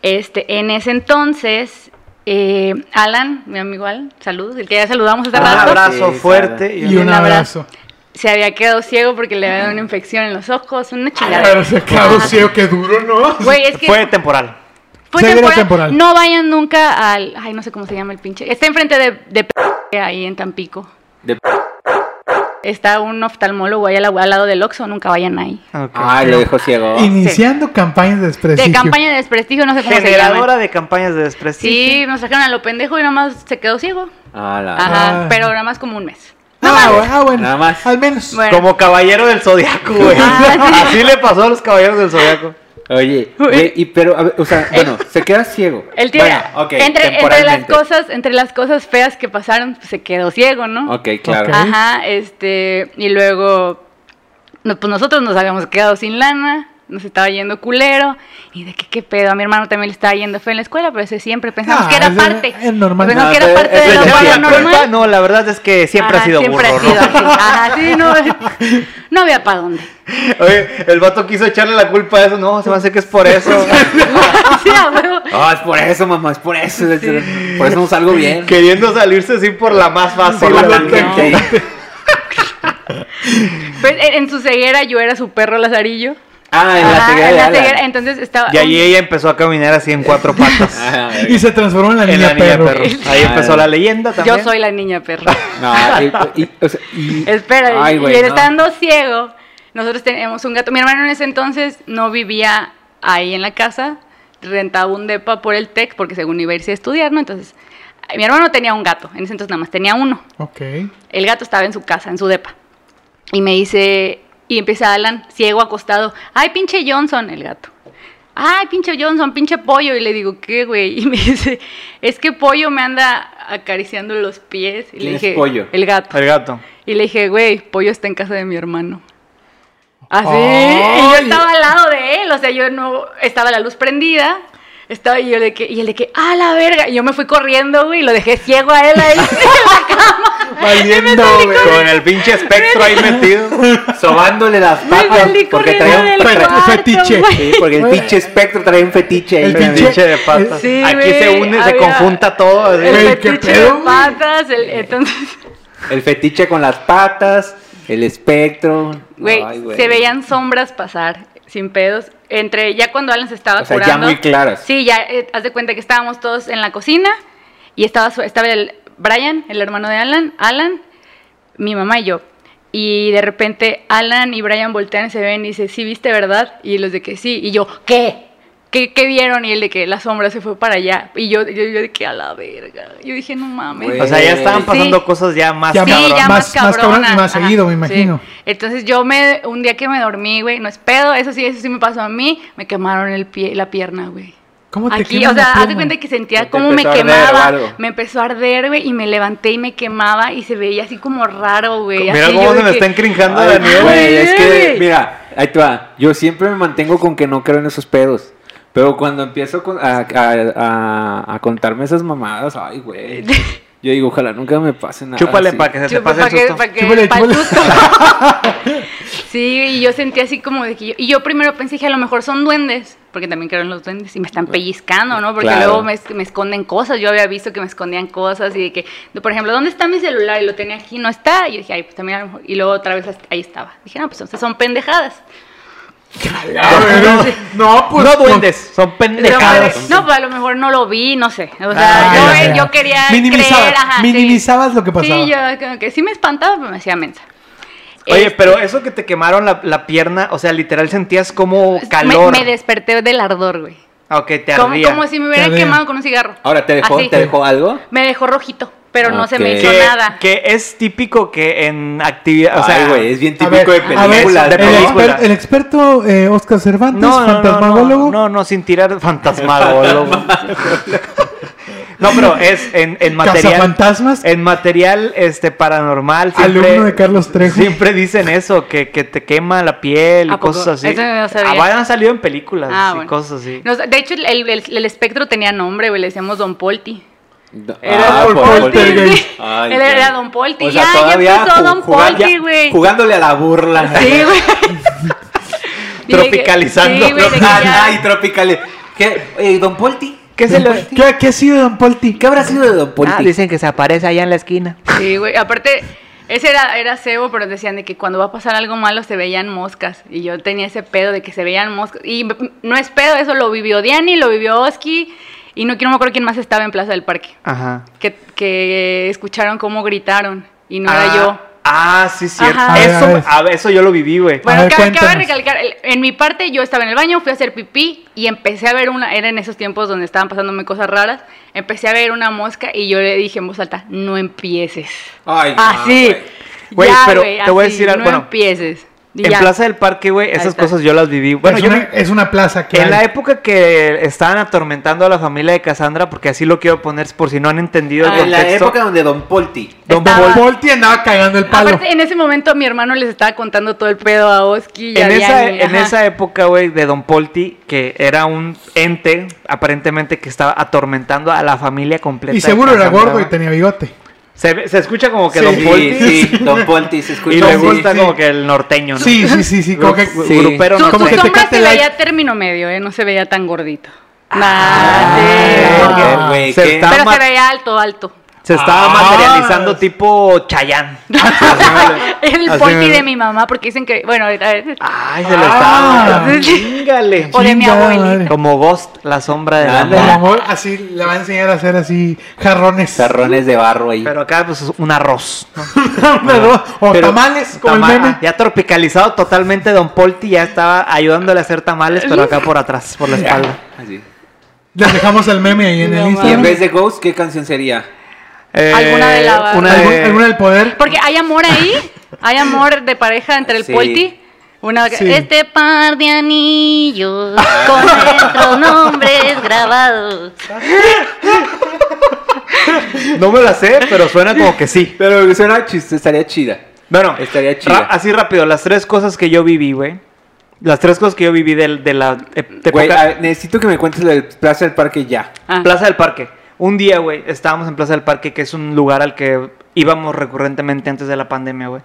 Este, en ese entonces, eh, Alan, mi amigo Alan, saludos, el que ya saludamos hace
Un
rato.
abrazo
Sí,
fuerte.
Y
Y
un
un abrazo.
abrazo.
Se había quedado ciego porque le había dado una infección en los ojos, una
Pero
chingada.
se quedó ciego, que duro, ¿no?
Güey, es que
Fue temporal.
Fue
Ceguera
temporal.
temporal.
Pues No vayan nunca al. Ay, no sé cómo se llama el pinche. Está enfrente de, de p- ahí en Tampico.
De-
Está un oftalmólogo ahí al, al lado del Oxxo, nunca vayan ahí.
Ok.
Ay, lo dejó ciego.
Iniciando campañas de desprestigio.
De campaña de desprestigio, no sé cómo se llama.
Generadora de campañas de desprestigio.
Sí, nos sacaron a lo pendejo y nada más se quedó ciego.
Ah, la
Ajá,
Ah.
pero nada más como un mes.
Ah, bueno, ah, bueno.
Nada más.
Al menos.
Bueno,
Como caballero del zodiaco, güey.
Ah,
Así le pasó a los caballeros del zodiaco.
Oye,
Uy.
ve, y pero, a ver, o sea, bueno, se queda ciego.
el tío
Bueno,
era-
ok,
entre, entre las
temporalmente.
cosas, entre las cosas feas que pasaron, pues, se quedó ciego, ¿no?
Ok, claro.
Ok.
Ajá, este, y luego, no, pues nosotros nos habíamos quedado sin lana, nos estaba yendo culero, y de que qué pedo, a mi hermano también le estaba yendo feo en la escuela, pero ese siempre pensamos
Ah,
que era
es-
parte.
es normal.
Pensamos
No,
que
Eh,
es-
era parte
es
de lo
de
bueno
siempre.
normal.
No, la verdad es que siempre ha
Ajá,
sido
siempre
burro,
ha sido así. Ajá, sí, no, no había para dónde.
¿no? Oye, el vato quiso echarle la culpa a eso. No, se me hace que es por eso.
Sí, a huevo.
Ah, es por eso, mamá, es por eso. es- Por eso no salgo bien.
Queriendo salirse así por la más fácil.
Por la
No.
tangente.
Pues, en en su ceguera yo era su perro Lazarillo.
Ah, en la
Ajá,
ceguera
en
de
la
Alan.
ceguera, Entonces estaba.
Y ahí ella empezó a caminar así en cuatro patas.
Ah,
Y se transformó en la
en
niña,
la niña
perro.
perro. Ahí empezó la leyenda también.
Yo soy la niña perro.
No, y, y- o sea, y-
Espera,
Ay,
y-
güey,
y él
no.
estando ciego, nosotros teníamos un gato. Mi hermano en ese entonces no vivía ahí en la casa, rentaba un depa por el TEC porque según iba a irse a estudiar, ¿no? Entonces, mi hermano tenía un gato, en ese entonces nada más tenía uno.
Ok.
El gato estaba en su casa, en su depa. Y me dice, y empieza Alan, ciego, acostado, ay, pinche Johnson, el gato. Ay, pinche Johnson, pinche pollo. Y le digo, ¿qué, güey? Y me dice, es que pollo me anda acariciando los pies. Y le
¿Quién es
dije,
Pollo?
El gato.
El gato.
Y le dije, güey, pollo está en casa de mi hermano. Así.
Ay.
Y yo estaba al lado de él, o sea, yo no. Estaba la luz prendida. Estaba y yo de que, y él de que, ah, la verga. Y yo me fui corriendo, güey, y lo dejé ciego a él ahí en la cama.
Valiendo, güey.
Con el pinche espectro ahí metido.
sobándole las
Me
patas
salí
porque
corriendo
traía un
del
fe-
cuarto,
fetiche.
güey.
Sí, porque el pinche espectro trae un fetiche ahí.
El
El
también.
pinche de patas.
Sí,
Aquí
güey,
se une, se
había-
conjunta todo. así.
El
Güey, qué
fetiche de
pedo, güey.
patas, el- entonces,
El fetiche con las patas, el espectro.
güey,
Ay,
se veían sombras pasar, sin pedos, entre, ya cuando Alan se estaba
O sea, ya
curando.
muy claras.
Sí, ya, eh, haz de cuenta que estábamos todos en la cocina, y estaba, su- estaba el Brian, el hermano de Alan, Alan, mi mamá y yo. Y de repente Alan y Brian voltean y se ven y dice, sí, viste, ¿verdad? Y los de que sí. Y yo, ¿qué? ¿Qué, qué vieron? Y el de que la sombra se fue para allá. Y yo, yo, yo de que a la verga. Yo dije, no mames.
Güey.
O sea, ya estaban pasando
Sí.
cosas ya más
Ya
Sí,
cabronas.
ya más,
Más- más cabrón y
cabronas,
más
ajá,
seguido, me imagino.
sí. Entonces yo me un día que me dormí, güey, no es pedo, eso sí, eso sí me pasó a mí, me quemaron el pie, la pierna, güey.
¿Cómo te
Aquí,
quema
o sea,
la
haz de
pierna?
cuenta que sentía
Te
cómo me
empezó a arder o
quemaba,
algo.
me empezó a arder, güey, y me levanté y me quemaba y se veía así como raro, güey.
Mira
así,
cómo
yo
se
de
me
que-
está encrinjando
Ay,
Daniel.
güey, es que,
Güey.
mira, ahí te va. Yo siempre me mantengo con que no creo en esos pedos. Pero cuando empiezo con- a, a- a- a contarme esas mamadas, ay, güey. Yo digo, ojalá nunca me pase nada.
Chúpale
así.
para que se te
Chupa,
pase
pa'
el
que-
susto.
pa' que-
Chúpale,
pa' el
chúpale.
susto. sí, y yo sentí así como de que yo, y yo primero pensé que a lo mejor son duendes, porque también creo en los duendes y me están pellizcando, ¿no? Porque
Claro.
luego me, es- me esconden cosas, yo había visto que me escondían cosas y de que, de, por ejemplo, ¿dónde está mi celular? Y lo tenía aquí, no está, y yo dije, ay, pues también a lo mejor, y luego otra vez hasta- ahí estaba. Dije, no, pues entonces son pendejadas.
Ah, pero- No, pues.
no duendes, son
Pero,
pendejadas.
pues, no, pues a lo mejor no lo vi, no sé. O sea,
Ah,
yo,
ya, ya.
yo quería
Minimizabas,
creer, ajá, sí.
minimizabas lo que pasaba.
Sí, yo como que sí me espantaba, pero me hacía mensa.
Oye,
Este,
pero eso que te quemaron la, la pierna, o sea, literal sentías como calor.
Me, me desperté del ardor, güey.
Ah, Ok, te
Como,
ardía.
como si me hubieran
Te ardía.
quemado con un cigarro.
Ahora, ¿te dejó,
Así.
¿te dejó algo?
Me dejó rojito, pero no se me
Ok.
hizo
que,
nada.
que es típico que en actividad, o sea,
ay, güey, es bien
A
típico
ver,
de
a ver,
películas.
el,
de películas.
exper- el experto eh, Oscar Cervantes,
no, no, no,
fantasmagólogo.
no, no, no, sin tirar fantasmagólogo. no, pero es en, en material
Cazafantasmas.
en material este paranormal siempre,
Alumno de Carlos Trejo.
siempre dicen eso que, que te quema la piel y
¿A poco?
cosas así
Eso no sabía.
Ah, bueno, han salido en películas
Ah,
y
bueno.
cosas así
No, de hecho, el, el- el espectro tenía nombre, güey. Le decíamos Don Polti.
No,
Era
ah,
por
por
Poltergeist.
Poltergeist.
Sí,
Ay,
Él
güey.
era Don Polti.
O sea,
ya,
todavía
ya empezó
ju-
Don
jugar-
Polti,
ya-
güey.
Jugándole a la burla.
Sí, güey. Y de que-
Tropicalizando.
Sí, güey, de que
Ah,
ya-
ay, tropicales. ¿Qué? Oye, Don Polti?
¿Qué se le-
¿Qué, ¿Qué ha sido Don Polti?
¿Qué habrá sido de Don Polti?
Ah, dicen que se aparece allá en la esquina
Sí, güey. Aparte, ese era, era cebo, pero decían de que cuando va a pasar algo malo se veían moscas. Y yo tenía ese pedo de que se veían moscas. Y m- no es pedo, eso lo vivió Diani, lo vivió Oski. Y no quiero me acuerdo quién más estaba en Plaza del Parque.
ajá
Que, que escucharon cómo gritaron. Y no
ah,
era yo.
ah sí cierto
Ajá.
eso
A ver, a ver.
a ver, eso yo lo viví güey
Bueno,
ver,
cabe, cabe
cuéntanos.
recalcar, el- en mi parte yo estaba en el baño, fui a hacer pipí y empecé a ver una, era en esos tiempos donde estaban pasándome cosas raras, empecé a ver una mosca y yo le dije en voz alta, no empieces.
Ay, no,
así.
Ah, güey. Güey,
Ya,
pero
güey,
te voy a
así,
decir algo,
No
bueno,
empieces. Y
en
ya.
Plaza del Parque güey esas
está.
cosas yo las viví bueno
es,
yo
una,
me-
es una plaza que
En la
hay.
época que estaban atormentando a la familia de Cassandra, porque así lo quiero poner por si no han entendido el
Ah, En la
contexto.
época donde Don Polti.
Don
Estaba-
Polti andaba cagando el palo.
Aparte, en ese momento mi hermano les estaba contando todo el pedo a Oski y a
en, esa,
Diani,
en
ajá.
esa época, güey, de Don Polti, que era un ente, aparentemente, que estaba atormentando a la familia completa. de
Y seguro era
Cassandra,
gordo y
güey.
tenía bigote.
Se, ve- se escucha como que
Sí,
Don
Sí,
Polti.
sí, Don Polti se escucha.
Y le
así.
gusta
sí.
como que el norteño, ¿no?
Sí, sí, sí, sí. Como que,
Gru-
Sí.
Grupero
Su,
como
su
que
norteño.
te
sombra
cate
se
la-
veía término medio, eh, no se veía tan gordito. Nah,
Ah,
sí.
güey,
Se
qué-
está
Pero
ma-
se veía alto, alto.
Se estaba
Ah.
materializando tipo Chayán. Así
el porti
me-
de mi mamá, porque dicen que, bueno, a ver,
Ay, se lo
Ah.
estaba. Chingale.
o de mi
Chinga
abuelita.
madre.
Como Ghost, la sombra de la
Ándale.
El
mamá.
amor, así le va a enseñar a hacer así jarrones.
Zarrones de barro ahí.
Pero acá, pues, un arroz. ¿no?
o
Pero-
tamales, como
tama-
el meme.
Ya tropicalizado totalmente, Don Polti ya estaba ayudándole a hacer tamales, pero acá por atrás, por la espalda.
Ah, Así.
Les dejamos el meme ahí en
No
el
Y en
Instagram.
vez de Ghost, ¿qué canción sería?
Eh,
Alguna de la-
una
¿Algún-
de-
¿Alguna del poder?
Porque hay amor ahí, hay amor de pareja entre el
Sí.
polti. Una,
Sí.
Este par de anillos con nuestros nombres grabados.
No me la sé, pero suena como que sí.
Pero suena chiste, estaría chida.
Bueno,
Estaría chida.
ra- así rápido, las tres cosas que yo viví, güey. Las tres cosas que yo viví del- de, la ep- de
Güey,
época-
a- necesito que me cuentes lo del Plaza del Parque ya.
Ah.
Plaza del Parque. Un día, güey, estábamos en Plaza del Parque, que es un lugar al que íbamos recurrentemente antes de la pandemia, güey.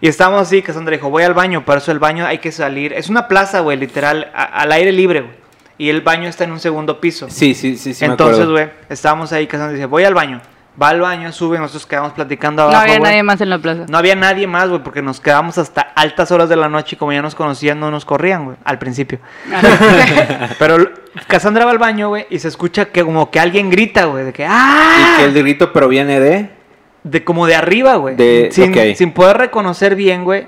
Y estábamos así, que Sandra dijo, voy al baño, para eso el baño hay que salir. Es una plaza, güey, literal, a- al aire libre, güey. Y el baño está en un segundo piso.
Sí, sí, sí, sí. me
Entonces,
acuerdo.
güey, estábamos ahí, que Sandra dice, voy al baño. Va al baño, sube, nosotros quedamos platicando
No
abajo,
había
güey.
nadie más en la plaza.
No había nadie más, güey, porque nos quedamos hasta altas horas de la noche y como ya nos conocían, no nos corrían, güey, al principio. Pero l- Cassandra va al baño, güey, y se escucha que como que alguien grita, güey, de que
Y que
¡ah!
el grito proviene de.
De como de arriba, güey.
De-
Sin,
ok.
sin poder reconocer bien, güey.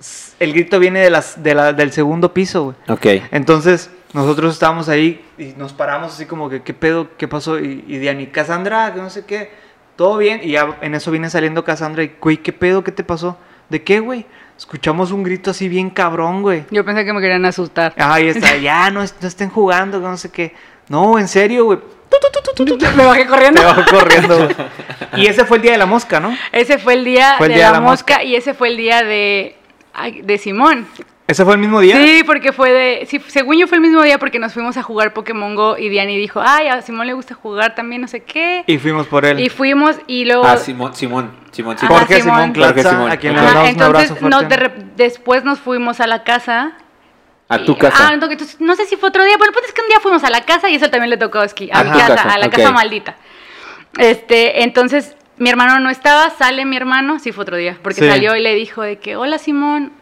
s- El grito viene de las, de la- del segundo piso, güey.
Ok.
Entonces, nosotros estábamos ahí y nos paramos así como que, ¿qué pedo? ¿Qué pasó? Y, y Diana, y Cassandra, que no sé qué, todo bien. Y ya en eso viene saliendo Cassandra y, güey, ¿qué pedo? ¿Qué te pasó? ¿De qué, güey? Escuchamos un grito así bien cabrón, güey.
Yo pensé que me querían asustar.
Ahí está, ya, no, es- no estén jugando, que no sé qué. No, en serio, güey. Tu, tu, tu, tu, tu, tu.
Me bajé corriendo.
Te va corriendo, güey. Y ese fue el día de la mosca, ¿no?
Ese fue el día
Fue el
de
día
la, mosca, y ese fue el día de, ay, de Simón.
Ese fue el mismo día.
Sí, porque fue de. Sí, según yo fue el mismo día porque nos fuimos a jugar Pokémon Go y Diani dijo, ay, a Simón le gusta jugar también, no sé qué.
Y fuimos por él.
Y fuimos y luego.
Ah, Simón, Simón, Simón, Simón.
Ajá,
Jorge
Simón.
Simón
Ah, Jorge
Plaza,
Simón.
a quien le
Ajá,
mandamos un abrazo
entonces
fuerte.
nos de rep- después nos fuimos a la casa.
A tu
Y-
casa.
Ah, no, entonces, no sé si fue otro día, pero pues es que un día fuimos a la casa y eso también le tocó a Oski, a,
A
mi
tu
casa,
casa,
a la
ok.
casa maldita. Este, entonces mi hermano no estaba, sale mi hermano, sí fue otro día, porque
Sí.
salió y le dijo de que, hola Simón,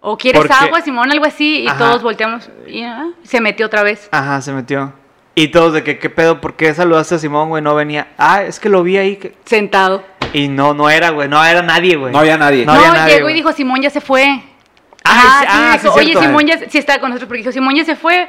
o quieres
Porque-
agua Simón, algo así, y
Ajá.
todos volteamos y ah, se metió otra vez.
Ajá, se metió. Y todos de que, ¿qué pedo? ¿Por qué saludaste a Simón, güey? No venía. Ah, es que lo vi ahí. que-
Sentado.
Y no, no era, güey. No era nadie, güey.
No había nadie.
No
No,
había nadie,
llegó
güey.
y dijo, Simón ya se fue.
Ah, sí, ah,
sí, dijo,
sí,
oye,
cierto.
Simón ya, se- sí estaba con nosotros, porque dijo, Simón ya se fue.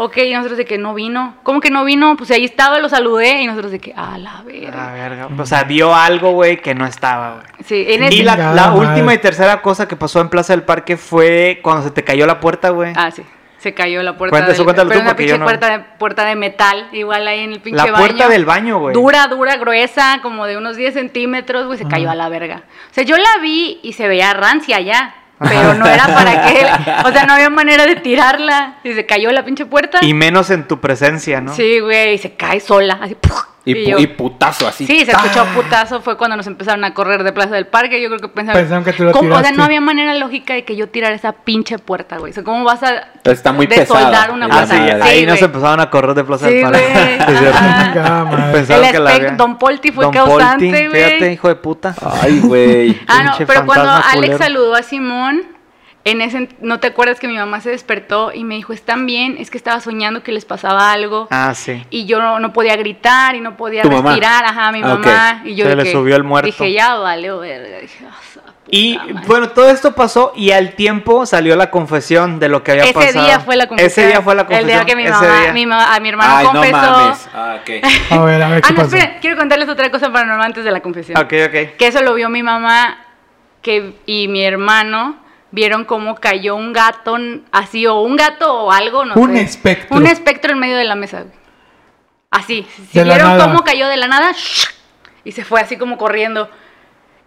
Ok, y nosotros de que no vino. ¿Cómo que no vino? Pues ahí estaba, lo saludé, y nosotros de que, a la
Ah,
verga.
verga. O sea, vio algo, güey, que no estaba, güey.
Sí, en ese-
Y Ah. la,
Chingada
la
madre.
última y tercera cosa que pasó en Plaza del Parque fue cuando se te cayó la puerta, güey.
Ah, sí. Se cayó la puerta.
Cuenta eso,
del-
cuéntalo
pero
tú,
una
porque
pinche
yo no-
puerta, de, puerta de metal, igual ahí en el pinche
la
baño.
puerta del baño, güey.
Dura, dura, gruesa, como de unos 10 centímetros, güey, se cayó a la verga. O sea, yo la vi y se veía rancia ya, pero no era para que... O sea, no había manera de tirarla. Y se cayó la pinche puerta.
Y menos en tu presencia, ¿no?
Sí, güey, y se cae sola, así. ¡puf!
Y,
Y
pu-
yo-
y putazo así.
Sí, se escuchó putazo, fue cuando nos empezaron a correr de Plaza del Parque, yo creo que pensaban...
Pensaron que tú la
¿Cómo? O sea,
tiraste.
no había manera lógica de que yo tirara esa pinche puerta, güey. O sea, ¿cómo vas a
Está muy
desoldar
pesada.
una
Ah,
Ah,
puerta?
sí,
Sí,
ahí
güey.
nos empezaron a correr de Plaza
Sí,
del Parque. Es
güey,
cierto.
ajá.
Chingada madre.
Pensaron
El
que la
aspecto-
había.
Don Polti fue
Don
causante,
Polti,
güey.
Fíjate, hijo de puta.
Ay, güey.
Ah, no,
Pinche
pero cuando
fantasma
Alex
culero.
saludó a Simón, en ese, ent- ¿no te acuerdas que mi mamá se despertó y me dijo, están bien? Es que estaba soñando que les pasaba algo.
Ah, sí.
Y yo no, no podía gritar y no podía
¿Tu mamá?
respirar, ajá, mi
Ah, ok.
mamá. Y yo
Se
de
le
que-
subió el muerto.
Dije, ya valió, verga. Dije, "Ah, su puta
Y
madre".
bueno, todo esto pasó y al tiempo salió la confesión de lo que había
ese
pasado.
día fue la confesión.
Ese día fue la confesión.
El día que mi
ese
mamá,
día.
mi, ma- a mi hermano
Ay, no
confesó.
mames. Ah, ok.
A ver, a ver
Ah,
qué
no,
pasó.
espera, quiero contarles otra cosa paranormal antes de la confesión.
Ok, ok.
Que eso lo vio mi mamá que, y mi hermano. Vieron cómo cayó un gato n- así, o un gato o algo, no
Un
sé.
espectro.
Un espectro en medio de la mesa. güey. Así. Si
De la
vieron
nada.
cómo cayó de la nada, ¡shh! y se fue así como corriendo.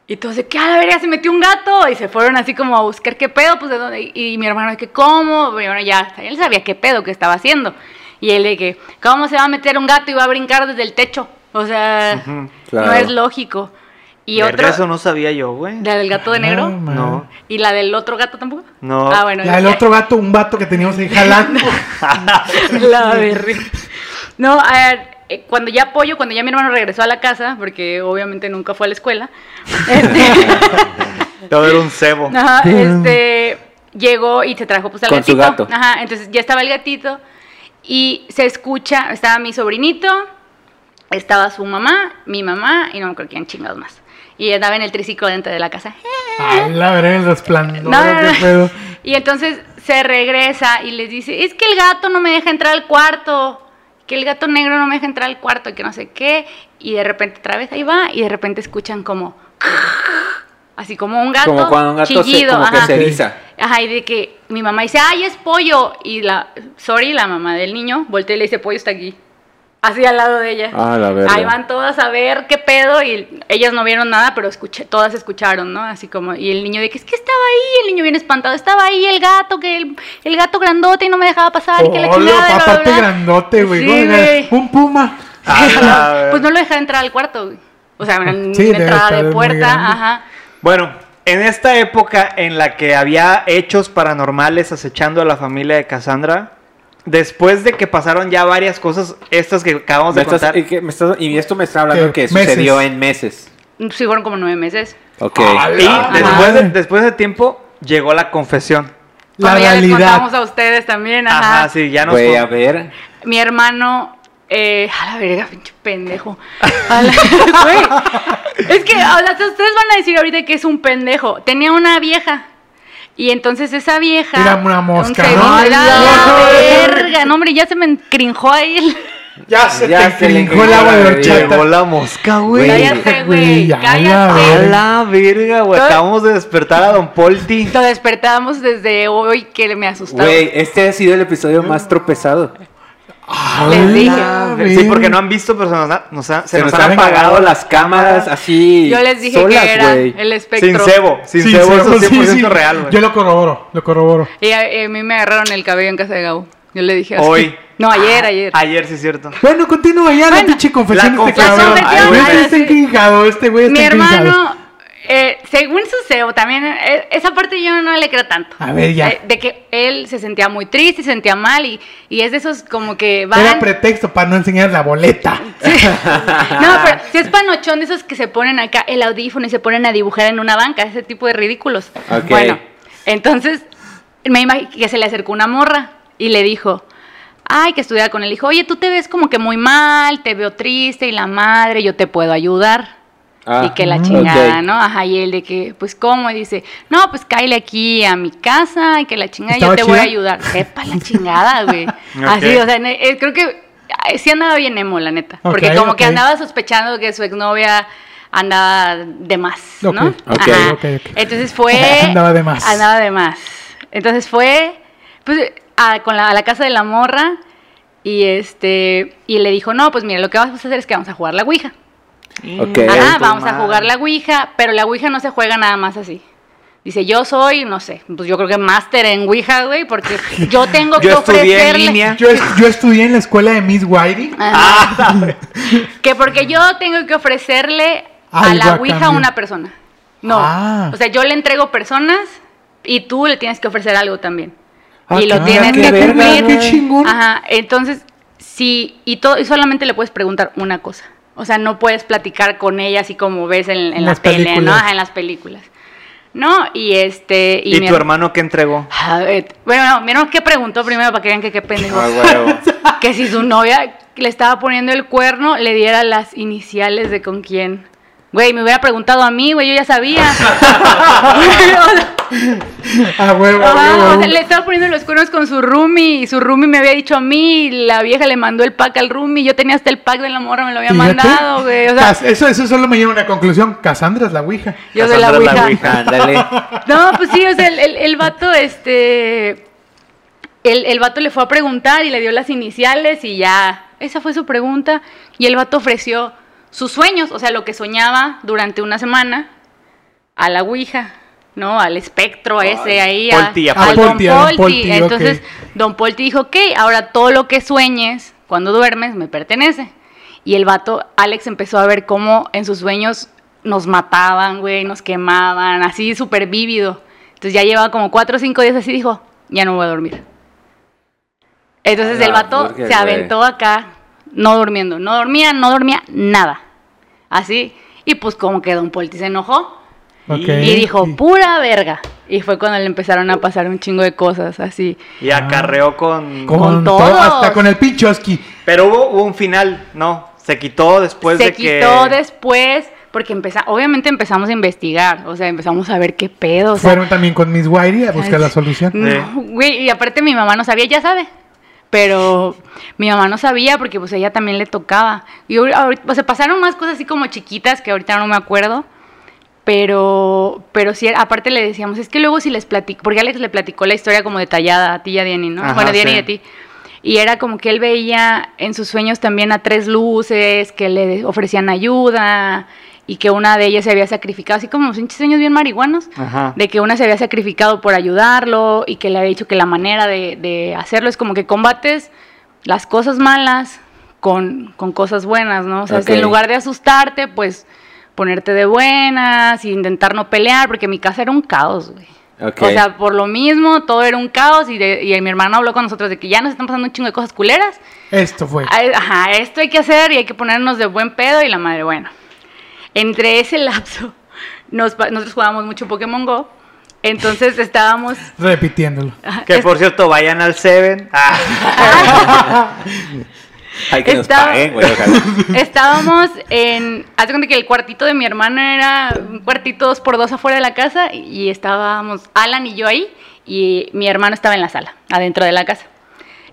Y todos de que, a la verga, se metió un gato. Y se fueron así como a buscar qué pedo, pues de dónde. Y, y mi hermano de que, ¿cómo? Bueno, ya, él sabía qué pedo que estaba haciendo. Y él de que, ¿cómo se va a meter un gato y va a brincar desde el techo? O sea,
Ujú,
claro.
no es lógico. Y
Verga,
otro,
Eso no sabía yo, güey.
la del gato de negro.
Ay, madre.
No.
¿Y la del otro gato tampoco?
No.
Ah, bueno.
Ya, el
ya-
otro gato, un vato que teníamos ahí jalando.
la verga. No, a ver, eh, cuando ya apoyo, cuando ya mi hermano regresó a la casa, porque obviamente nunca fue a la escuela, este,
Te va a ver un cebo.
Ajá, este llegó y se trajo pues al
Con su
gatito.
gato.
Ajá, entonces ya estaba el gatito y se escucha, estaba mi sobrinito, estaba su mamá, mi mamá y no me acuerdo quién chingados más. Y andaba en el triciclo dentro de la casa.
Ah, la veré el resplandor.
No, no,
qué
no.
pedo.
Y entonces se regresa y les dice, es que el gato no me deja entrar al cuarto, que el gato negro no me deja entrar al cuarto, y que no sé qué. Y de repente otra vez ahí va y de repente escuchan como... Así como un gato,
como cuando un gato se,
chillido,
como que
ajá.
se eriza.
Ajá, y de que mi mamá dice, ay, es pollo. Y la, sorry, la mamá del niño voltea y le dice, pollo está aquí. Así al lado de ella.
Ah, la verga.
Ahí van todas a ver qué pedo y ellas no vieron nada, pero escuché, todas escucharon, ¿no? Así como, y el niño de que es que estaba ahí, el niño bien espantado, estaba ahí el gato, que el, el gato grandote y no me dejaba pasar, y que la
Olo,
chingada, bla, bla,
aparte
bla".
Oh, grandote, güey.
Sí,
¿no? Era
güey.
Un puma.
Ah, la verga.
Pues no lo dejaba entrar al cuarto, güey. O sea, una,
Sí,
una
debe estar
entrada de
muy
puerta,
grande.
ajá.
Bueno, en esta época en la que había hechos paranormales acechando a la familia de Cassandra, después de que pasaron ya varias cosas, estas que acabamos
Me
de
estás-
contar,
y, que me estás- y esto me está hablando
¿Qué?
que sucedió
Meses.
en meses. Ah,
Sí, fueron como nueve meses.
Ok.
Ah,
y
Ala.
después de, después de tiempo llegó la confesión.
La
Cuando ya les contamos
realidad.
a ustedes también,
Ajá,
ajá.
sí, ya nos...
Güey, a
con-
ver.
Mi hermano. Eh, a la verga, pinche pendejo. A la- güey. Es que, o sea, ustedes van a decir ahorita que es un pendejo. Tenía una vieja. Y entonces esa vieja.
Era una mosca,
un
¿no?
segundo-
¡Ay,
¡La
la
verga! No, hombre, ya se me encrinjó ahí. el-
Ya se
Ya
te
se le
encringó el
encringó
agua de
la
horchata.
Llegó la mosca, güey.
Güey.
Cállate,
güey,
güey.
ya la
A
Cállate.
verga.
la verga, güey.
Todo-
Acabamos de despertar a Don Polti.
Lo despertamos desde hoy que me asustaba.
Güey, este ha sido el episodio
Mm.
más tropezado.
Les dije.
Ah,
Sí,
verga.
porque no han visto, pero se nos, ha- nos ha- se nos han
apagado
apagado
las cámaras así.
Yo les dije
solas,
que era
güey.
el espectro.
Sin cebo, sin
Sí,
cebo,
sí,
eso es
sí,
100%
sí.
real, güey.
Yo lo corroboro, lo corroboro.
Y a, y a mí me agarraron el cabello en casa de Gabo. Yo le dije así.
Hoy. Ah,
No, ayer, ayer.
Ayer, sí es cierto.
Bueno, continúa ya la
Bueno,
pinche confesión
la
de este
confesión.
cabrón.
La
Ay,
confesión,
güey,
ay,
está
sí.
encringado, este güey está
Mi
encringado.
hermano, eh, según su CEO, también eh, esa parte yo no le creo tanto.
A ver, ya.
Eh, de que él se sentía muy triste, se sentía mal y, y es de esos como que van.
Era pretexto para no enseñar la boleta.
Sí. No, pero si es panochón de esos que se ponen acá el audífono y se ponen a dibujar en una banca, ese tipo de ridículos.
Ok.
Bueno, entonces me imagino que se le acercó una morra y le dijo, ay, que estudiaba con él. Dijo, oye, tú te ves como que muy mal, te veo triste y la madre, yo te puedo ayudar.
Ah,
y que la
ok.
chingada, ¿no? Ajá, y él de que, pues, ¿cómo? Y dice, no, pues, cáele aquí a mi casa y que la chingada, yo
¿Estaba
te voy a
chida?
ayudar. Sepa la chingada, güey. Así,
Ok.
o sea, ne- eh, creo que ay, sí andaba bien emo, la neta. Porque
Ok,
como que
ok.
andaba sospechando que su exnovia andaba de más, ¿no?
Ok,
ok,
Ajá.
ok, ok.
Entonces fue...
Andaba de más.
Andaba de más. Entonces fue, pues, a, con la, a la casa de la morra y este... Y le dijo, no, pues mira, lo que vamos a hacer es que vamos a jugar la Ouija.
Ok.
Ajá,
tu
vamos a
madre.
jugar la Ouija, pero la Ouija no se juega nada más así. Dice, yo soy, no sé, pues yo creo que máster en Ouija, güey, porque yo tengo que
Yo estudié en
ofrecerle...
línea.
Yo, es- yo estudié en la escuela de Miss Whitey.
Ajá. que porque yo tengo que ofrecerle a
Algo
la
a
Ouija a
cambio.
una persona. No,
Ah.
o sea, yo le entrego personas y tú le tienes que ofrecer algo también.
Ah,
y lo
cabrón,
tienes
qué
que
verga,
cumplir.
güey.
Qué chingón.
Ajá, entonces, sí, y, todo, y solamente le puedes preguntar una cosa. O sea, no puedes platicar con ella así como ves en, en
En
la
las
tele, ¿no?
películas.
Ajá, en las películas. No, y este...
¿Y
mi
tu
her-
hermano qué entregó?
A ver, bueno, no, miren qué preguntó primero para que vean que qué pendejo.
Ah, huevo.
que si su novia le estaba poniendo el cuerno, le diera las iniciales de con quién. Güey, me hubiera preguntado a mí, güey, yo ya sabía. O sea,
A huevo, a huevo, a
Ah, o sea,
huevo.
le estaba poniendo los cuernos con su roomie y su roomie me había dicho a mí, y la vieja le mandó el pack al roomie, yo tenía hasta el pack de la morra, me lo había
Fíjate.
mandado, güey. O sea,
Cas- eso, eso solo me lleva a una conclusión. Cassandra es la ouija.
yo soy la
Cassandra
ouija.
Ándale.
No, pues sí, o sea, el, el- el vato, este, el, el vato le fue a preguntar y le dio las iniciales y ya, esa fue su pregunta. Y el vato ofreció sus sueños, o sea, lo que soñaba durante una semana a la Ouija, ¿no? Al espectro ese ahí. A,
Polti, a
al
Polti, a
Don
Don
Polti.
Polti, ok.
Entonces, Don Polti dijo, ok, ahora todo lo que sueñes cuando duermes me pertenece. Y el vato, Alex, empezó a ver cómo en sus sueños nos mataban, güey, nos quemaban, así súper vívido. Entonces ya llevaba como cuatro o cinco días así, dijo, ya no voy a dormir. Entonces
A
el
la
vato
verga,
se
güey.
aventó acá no durmiendo. No dormía, no dormía nada. Así. Y pues como que Don Polti se enojó
Ok.
y dijo, pura verga. Y fue cuando le empezaron a pasar un chingo de cosas así.
Y acarreó con...
con,
con
todo,
todos.
hasta con el pinche Oski.
Pero hubo, hubo un final, ¿no? Se quitó después
se
de que...
quitó después porque empeza, obviamente empezamos a investigar, o sea, empezamos a ver qué pedo. o sea,
Fueron también con Miss Wiley a buscar la solución.
No, güey, y aparte mi mamá no sabía, ya sabe. Pero mi mamá no sabía porque pues a ella también le tocaba. Y ahor- ahorita, o sea, pasaron más cosas así como chiquitas que ahorita no me acuerdo. Pero, pero sí, aparte le decíamos, es que luego si les platico, porque Alex le platicó la historia como detallada a ti y a Diani, ¿no?
Ajá,
bueno, a Diani
sí.
y a ti. Y era como que él veía en sus sueños también a tres luces que le ofrecían ayuda y que una de ellas se había sacrificado, así como pinches sueños bien marihuanos
Ajá.
de que una se había sacrificado por ayudarlo y que le había dicho que la manera de, de hacerlo es como que combates las cosas malas con, con cosas buenas, ¿no? O sea, es
Ok.
en lugar de asustarte, pues ponerte de buenas, intentar no pelear, porque mi casa era un caos, güey.
Ok.
O sea, por lo mismo, todo era un caos y, de- y mi hermano habló con nosotros de que ya nos están pasando un chingo de cosas culeras
Esto fue.
Ay, Ajá, esto hay que hacer y hay que ponernos de buen pedo y la madre, bueno. Entre ese lapso, nos pa- nosotros jugábamos mucho Pokémon Go, entonces estábamos...
Repitiéndolo.
Que por cierto, vayan al Seven. Ah,
Hay que nos
Estaba-
paguen, güey, ojalá.
Estábamos en... Haz de cuenta que el cuartito de mi hermano era un cuartito dos por dos afuera de la casa y estábamos Alan y yo ahí y mi hermano estaba en la sala, adentro de la casa,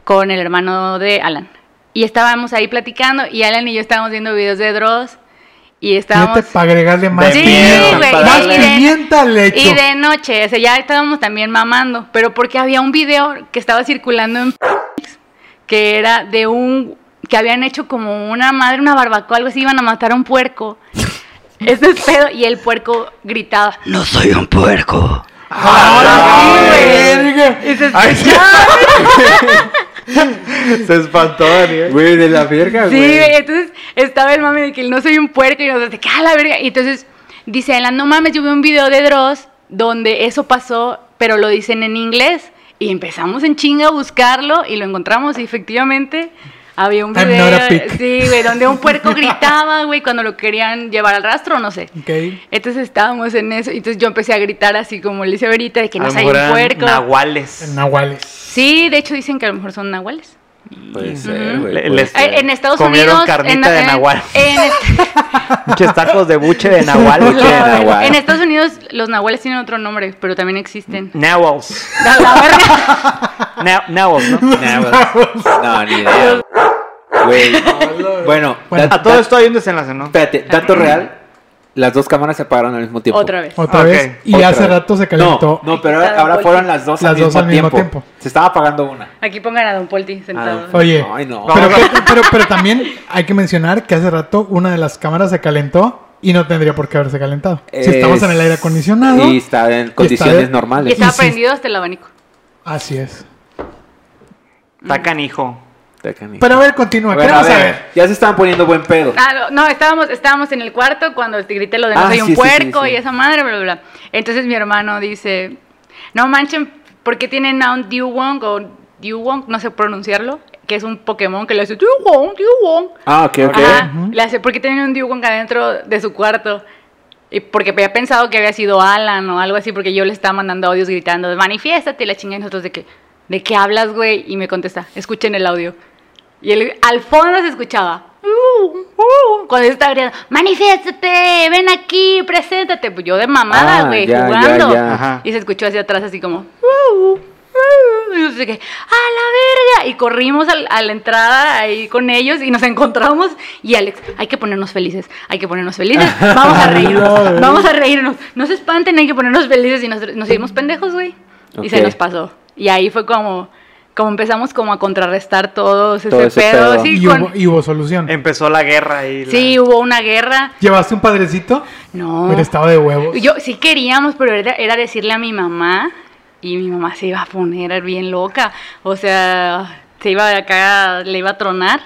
con el hermano de Alan. Y estábamos ahí platicando y Alan y yo estábamos viendo videos de Dross y estábamos...
Fíjate, para agregarle más
Sí,
pimienta.
güey,
Más
y de-
pimienta al hecho.
Y de noche, o sea, ya estábamos también mamando, pero porque había un video que estaba circulando en que era de un que habían hecho como una madre, una barbacoa, algo así, iban a matar a un puerco. Ese es pedo y el puerco gritaba. No
¡Verga! Ay, sí.
se espantó Daniel.
Güey, de la verga,
sí,
güey.
güey, entonces estaba el mame de que el no soy un puerco y nos de que "Ah, la verga. Y entonces dice Alan, no mames, yo vi un video de Dross donde eso pasó, pero lo dicen en inglés. Y empezamos en chinga a buscarlo y lo encontramos y efectivamente había un
I'm
video.
not a pig.
Sí, güey, donde un puerco gritaba, güey, cuando lo querían llevar al rastro, no sé.
Ok.
Entonces estábamos en eso, y entonces yo empecé a gritar así como le hice ahorita, de que
A
no
lo
soy
mejor
un
eran
puerco.
Nahuales.
Nahuales.
Sí, de hecho dicen que a lo mejor son nahuales.
Puede ser, güey.
Le-
puede
les-
ser.
Eh, en Estados
Comieron
Unidos.
carnita
en-
de
en-
nahual.
en este est-
Muchos tacos de buche de Nahual.
Buche de nahual.
en Estados Unidos los nahuales tienen otro nombre, pero también existen.
Nahuals.
La- la verga.
Na- Nahuals, ¿no?
Nah, güey. No, ni idea. Güey. Bueno,
Bueno,
da-
A todo
da-
esto hay un desenlace, ¿no?
espérate, dato real. Las dos cámaras se apagaron al mismo tiempo.
Otra vez.
Otra
Ok.
vez. Y
Otra
hace
vez.
rato se calentó.
No, no pero ahora, ahora fueron las dos,
Las
al,
dos
mismo
al mismo
tiempo.
tiempo.
Se estaba apagando una.
Aquí pongan a Don Polti sentado.
Ah,
Oye,
Ay, no.
Pero, que- pero, pero también hay que mencionar que hace rato una de las cámaras se calentó y no tendría por qué haberse calentado. si estamos en el aire acondicionado,
Y está en condiciones
bien.
y
normales.
estaba
y sí.
prendido hasta el abanico.
así es.
Está canijo.
Está canijo.
Pero a ver, continúa.
Bueno,
Queremos
a ver,
saber.
Ya se estaban poniendo buen pedo.
Ah, no, no, estábamos, estábamos en el cuarto cuando te grité lo de no
Ah,
soy
sí,
un
sí, sí,
puerco
sí.
y esa madre, bla, bla, bla. Entonces mi hermano dice, no manchen, ¿por qué tienen a un Dewong o Dewong? No sé pronunciarlo, que es un Pokémon que le dice Dewong, Dewong.
Ah, ok, ok.
Ajá, le hace, ¿por qué tienen un Dewong adentro de su cuarto? Y porque había pensado que había sido Alan o algo así, porque yo le estaba mandando audios gritando, manifiéstate, y la chinga, y nosotros de que, ¿de qué hablas, güey? Y me contesta, escuchen el audio. Y el- al fondo se escuchaba, "Uh, uh", cuando yo estaba gritando, manifiéstate, ven aquí, preséntate. Pues yo de
Ah,
mamada, güey,
ya, ya,
jugando.
ya.
Ajá.
Y se escuchó hacia atrás así como, "Uh, uh", y yo de que, a la verga. Y corrimos al- a la entrada ahí con ellos y nos encontramos. Y Alex, hay que ponernos felices, hay que ponernos felices, vamos a reírnos, vamos a reírnos. No se espanten, hay que ponernos felices. Y nos, nos hicimos pendejos, güey. Y se
Ok.
nos pasó. Y ahí fue como, como empezamos como a contrarrestar todos ese,
Todo ese
pedo.
pedo.
Sí,
Y
con-
hubo, y hubo solución.
Em.
Empezó la guerra y la-
sí, hubo una guerra.
¿Llevaste un padrecito?
No.
Pero estaba de huevos.
Ah. Yo sí queríamos, pero era, era decirle a mi mamá y mi mamá se iba a poner bien loca. O sea, se iba de acá, le iba a tronar.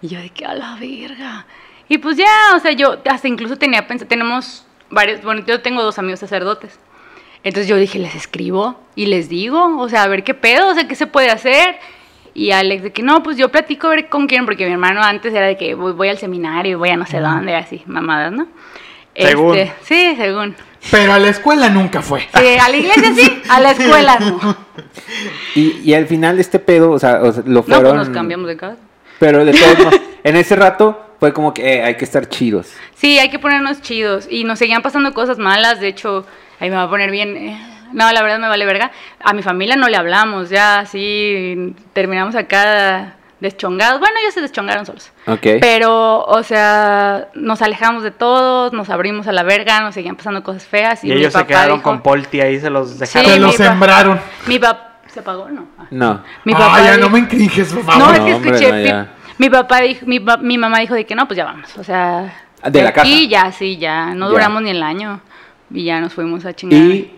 Y yo de que a la verga. Y pues ya, o sea, yo hasta incluso tenía pensado, tenemos varios, bueno, yo tengo dos amigos sacerdotes. Entonces yo dije, les escribo y les digo, o sea, a ver qué pedo, o sea, qué se puede hacer. Y Alex de que no, pues yo platico a ver con quién, porque mi hermano antes era de que voy, voy al seminario, voy a no sé dónde, así, mamadas, ¿no?
Según.
Este, sí, según.
Pero a la escuela nunca fue.
Sí, a la iglesia sí, a la escuela no.
Y, y al final este pedo, o sea, o sea, lo
No,
fueron...
pues nos cambiamos de casa.
Pero de todos modos, en ese rato fue como que eh, hay que estar chidos.
Sí, hay que ponernos chidos. Y nos seguían pasando cosas malas. De hecho, ahí me va a poner bien. eh, No, la verdad me vale verga. A mi familia no le hablamos, ya así terminamos acá deschongados. Bueno, ellos se deschongaron solos.
Ok.
Pero, o sea, nos alejamos de todos, nos abrimos a la verga, nos seguían pasando cosas feas. Y,
Y
mi
ellos se
papá
quedaron
dijo-
con Polti ahí, se los dejaron.
Se
Sí,
lo
mi pa-
sembraron.
Mi papá. ¿Se apagó? No. Ah.
No.
Mi
ah, ya
dijo-
no me encringes, por
no,
favor.
es que
No, hombre,
escuché.
no,
pi-
ya.
mi papá dijo, mi, pa- mi mamá dijo de que no, pues ya vamos. O sea,
Ah, de la
aquí ya, sí, ya. No
Ya.
duramos ni el año. Y ya nos fuimos a chingar.
Y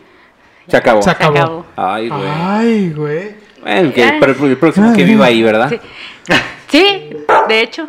se acabó.
se
Se
acabó.
acabó.
Ay, güey.
Ay, güey.
Bueno, que el, pr- el próximo que viva ahí, ¿verdad?
Sí. Sí, de hecho.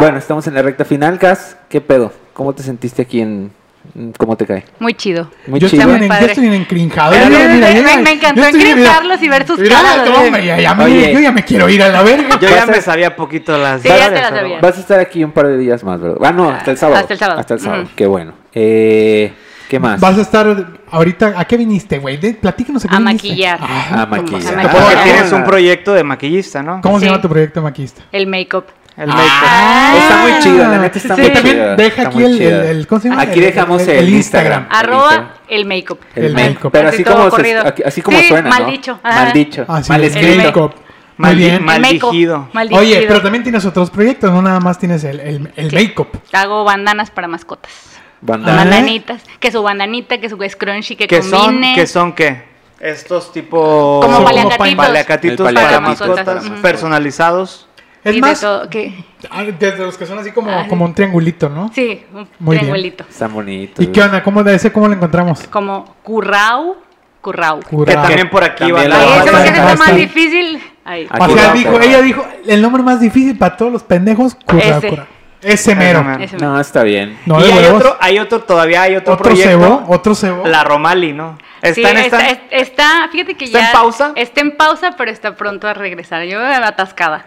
Bueno, estamos en la recta final, Gas. ¿Qué pedo? ¿Cómo te sentiste aquí en... en- ¿Cómo te cae?
Muy chido.
Muy
yo,
chido.
estoy
muy
bien, yo
padre.
estoy bien encrinjado.
Pero
Mira,
me-
mira,
me-
mira,
me encantó
yo estoy bien-
encrincarlos y ver sus
Mira,
caras,
toma,
güey.
ya- ya me-
Oye.
yo ya me quiero ir a la verga.
Yo
Vas
ya
a-
me sabía poquito las
Sí, ya te
varias,
las
pero
sabías.
bueno.
Vas a estar aquí un par de días más, ¿verdad? Ah, no, hasta el sábado.
Hasta el sábado.
Hasta el sábado.
Ujú.
Qué bueno. Eh, ¿Qué más?
Vas a estar ahorita. ¿A qué viniste, güey? De- Platícanos a qué
A
viniste.
maquillar.
Ah,
A maquillar.
A
Ah,
maquillar.
Porque tienes
Ah.
un proyecto de maquillista, ¿no?
¿Cómo
Sí.
se llama tu proyecto maquillista?
El make-up.
El make-up.
Ah.
Está muy chido, la neta está
Sí.
muy
Que también
chida,
deja
está
aquí
muy
el-
chida.
el- el- ¿cómo se llama?
Aquí
El-
dejamos
el-
el,
el Instagram.
Instagram.
Arroba el make-up.
El,
El
make.
make-up.
Pero
Así
así
todo
como, se-
corrido.
aquí- así como
Sí,
suena,
mal
¿no?
dicho, ajá.
Mal dicho.
Así
mal
es,
escrito.
Ah, make-up. Muy
Mal-
bien.
mal-
El make-up,
Maldigido.
Oye,
maldigido.
pero también tienes otros proyectos, no nada más tienes el, el, el make-up.
Hago bandanas para mascotas.
Bandana.
Ah.
Bandanitas. Que su bandanita, que su scrunchie, que
¿Qué son?
combine.
¿Qué son qué? Estos tipo...
Como
Son
paliacatitos.
como
paliacatitos
El
para
paliacatitos para
mascotas
mascotas.
personalizados.
Es
y
más,
de todo. que-
ah, desde los que son así como,
Ah,
como un triangulito, ¿no?
Sí, un
Muy bien.
triangulito.
Está bonito.
¿Y qué onda? ¿Cómo, de ese cómo lo encontramos?
Como currau, currau.
Que
Curado.
también por aquí
También
va
la
Ahí
Ah,
se me hace que
ah,
está más
sí.
difícil. Ahí.
Ah,
O sea,
Curado,
dijo,
curado.
ella dijo, el nombre más difícil para todos los pendejos, curado,
Ese.
curado. Ese mero.
Ese mero.
Ese me-
No, está bien.
No
y
de
hay
huevos.
otro, hay otro, todavía hay otro,
otro
proyecto.
cebo, otro cebo.
La Romali, ¿no?
Sí,
Están,
está,
están-
es- está- fíjate que
¿Está
ya.
en pausa?
Está en pausa, pero está pronto a regresar. Yo atascada.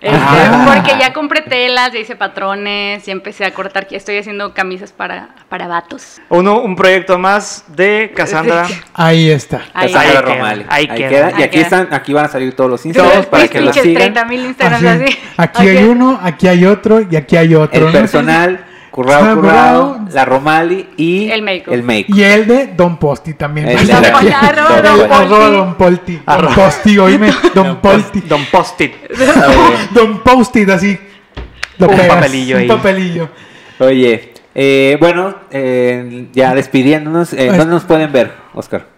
Este,
Ah.
Porque ya compré telas, ya hice patrones, ya empecé a cortar. Estoy haciendo camisas para, para vatos.
uno, un proyecto más de Cassandra.
Sí.
Ahí está.
Ahí
Está
queda,
Romali.
ahí queda.
Y
Ahí
aquí,
queda.
están, aquí van a salir todos los
Todos
Instagrams para
mis
que los
pinches
sigan.
30,000 Instagrams
Así.
este así.
Aquí hay uno, aquí hay otro y aquí hay otro.
El
¿no?
personal, Currao
Ah,
Currao,
currao.
la Romali y
El make-up.
make-up.
Y el de Don Posti también.
El de
Don
la-
Posti, arroba Don
Don Posti.
Arroba Don Polti. Don
Arroba.
Posti, oíme. Don Polti.
Ah. Don Postit.
Está bien.
Don Posti, así. Lo
Un
pegas,
papelillo ahí.
Un papelillo.
Oye, eh, bueno, eh, ya despidiéndonos, eh, ¿dónde nos pueden ver, Oscar?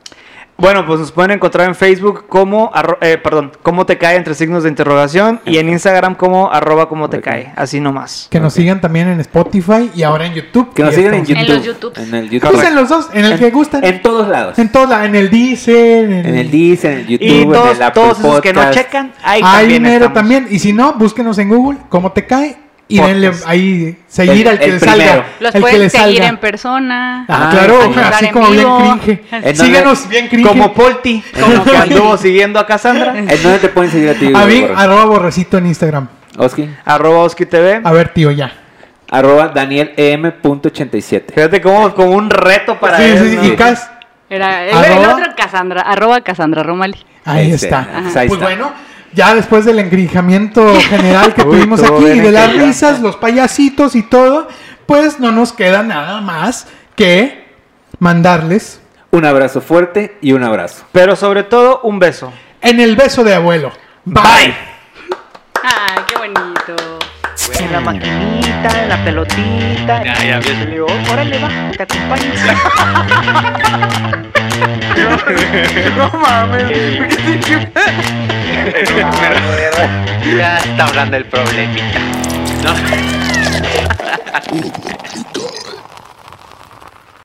Bueno, pues nos pueden encontrar en Facebook como, arro- eh, perdón, cómo te cae entre signos de interrogación y en Instagram como arroba como te
Ok.
cae, así nomás.
Que nos sigan también en Spotify y ahora en YouTube.
Que nos
ya
sigan en
estamos-
YouTube.
En los YouTubes.
En el
Pues en
YouTube.
los dos, en el que gustan.
En
En,
todos lados.
toda la- en el Deezer. En,
En el Deezer, en el YouTube,
Y
en
todos,
el Apple
todos esos que no
Podcast.
checan, ahí,
Ahí
también
mero
estamos.
también. Y si no, búsquenos en Google, cómo te cae. Y
Podcast.
denle ahí, seguir
El-
al que
el
le
primero.
salga.
Los
al que le
pueden seguir
salga.
en persona.
Ah,
Ah,
claro,
sí.
así
en
como bien
vivo.
cringe.
Entonces,
Síganos bien cringe.
Como Polti, como que anduvo siguiendo a Cassandra.
¿En Eh, dónde te pueden seguir a ti?
A mí,
Borre?
arroba borrecito en Instagram.
Oski.
Arroba Oski TV.
A ver, tío, ya.
Arroba danielem.87.
Fíjate como, como un reto para
sí,
él,
sí, sí,
¿no?
y Cas,
Era el,
Arroba.
el otro Cassandra, arroba Cassandra Romali.
Ahí
Este,
está.
ajá, pues ahí
pues
está.
bueno, ya después del engrijamiento general que
Uy,
tuvimos
todo
aquí, y
bien
de las
engrijado.
risas, los payasitos y todo, pues no nos queda nada más que mandarles
Un abrazo fuerte y un abrazo.
Pero sobre todo, un beso.
en el beso de abuelo. Bye.
Ay, qué bonito.
la maquinita, la pelotita. Le digo, órale, va, te acompaño. no mames.
Ya está hablando el problemita.
Puta.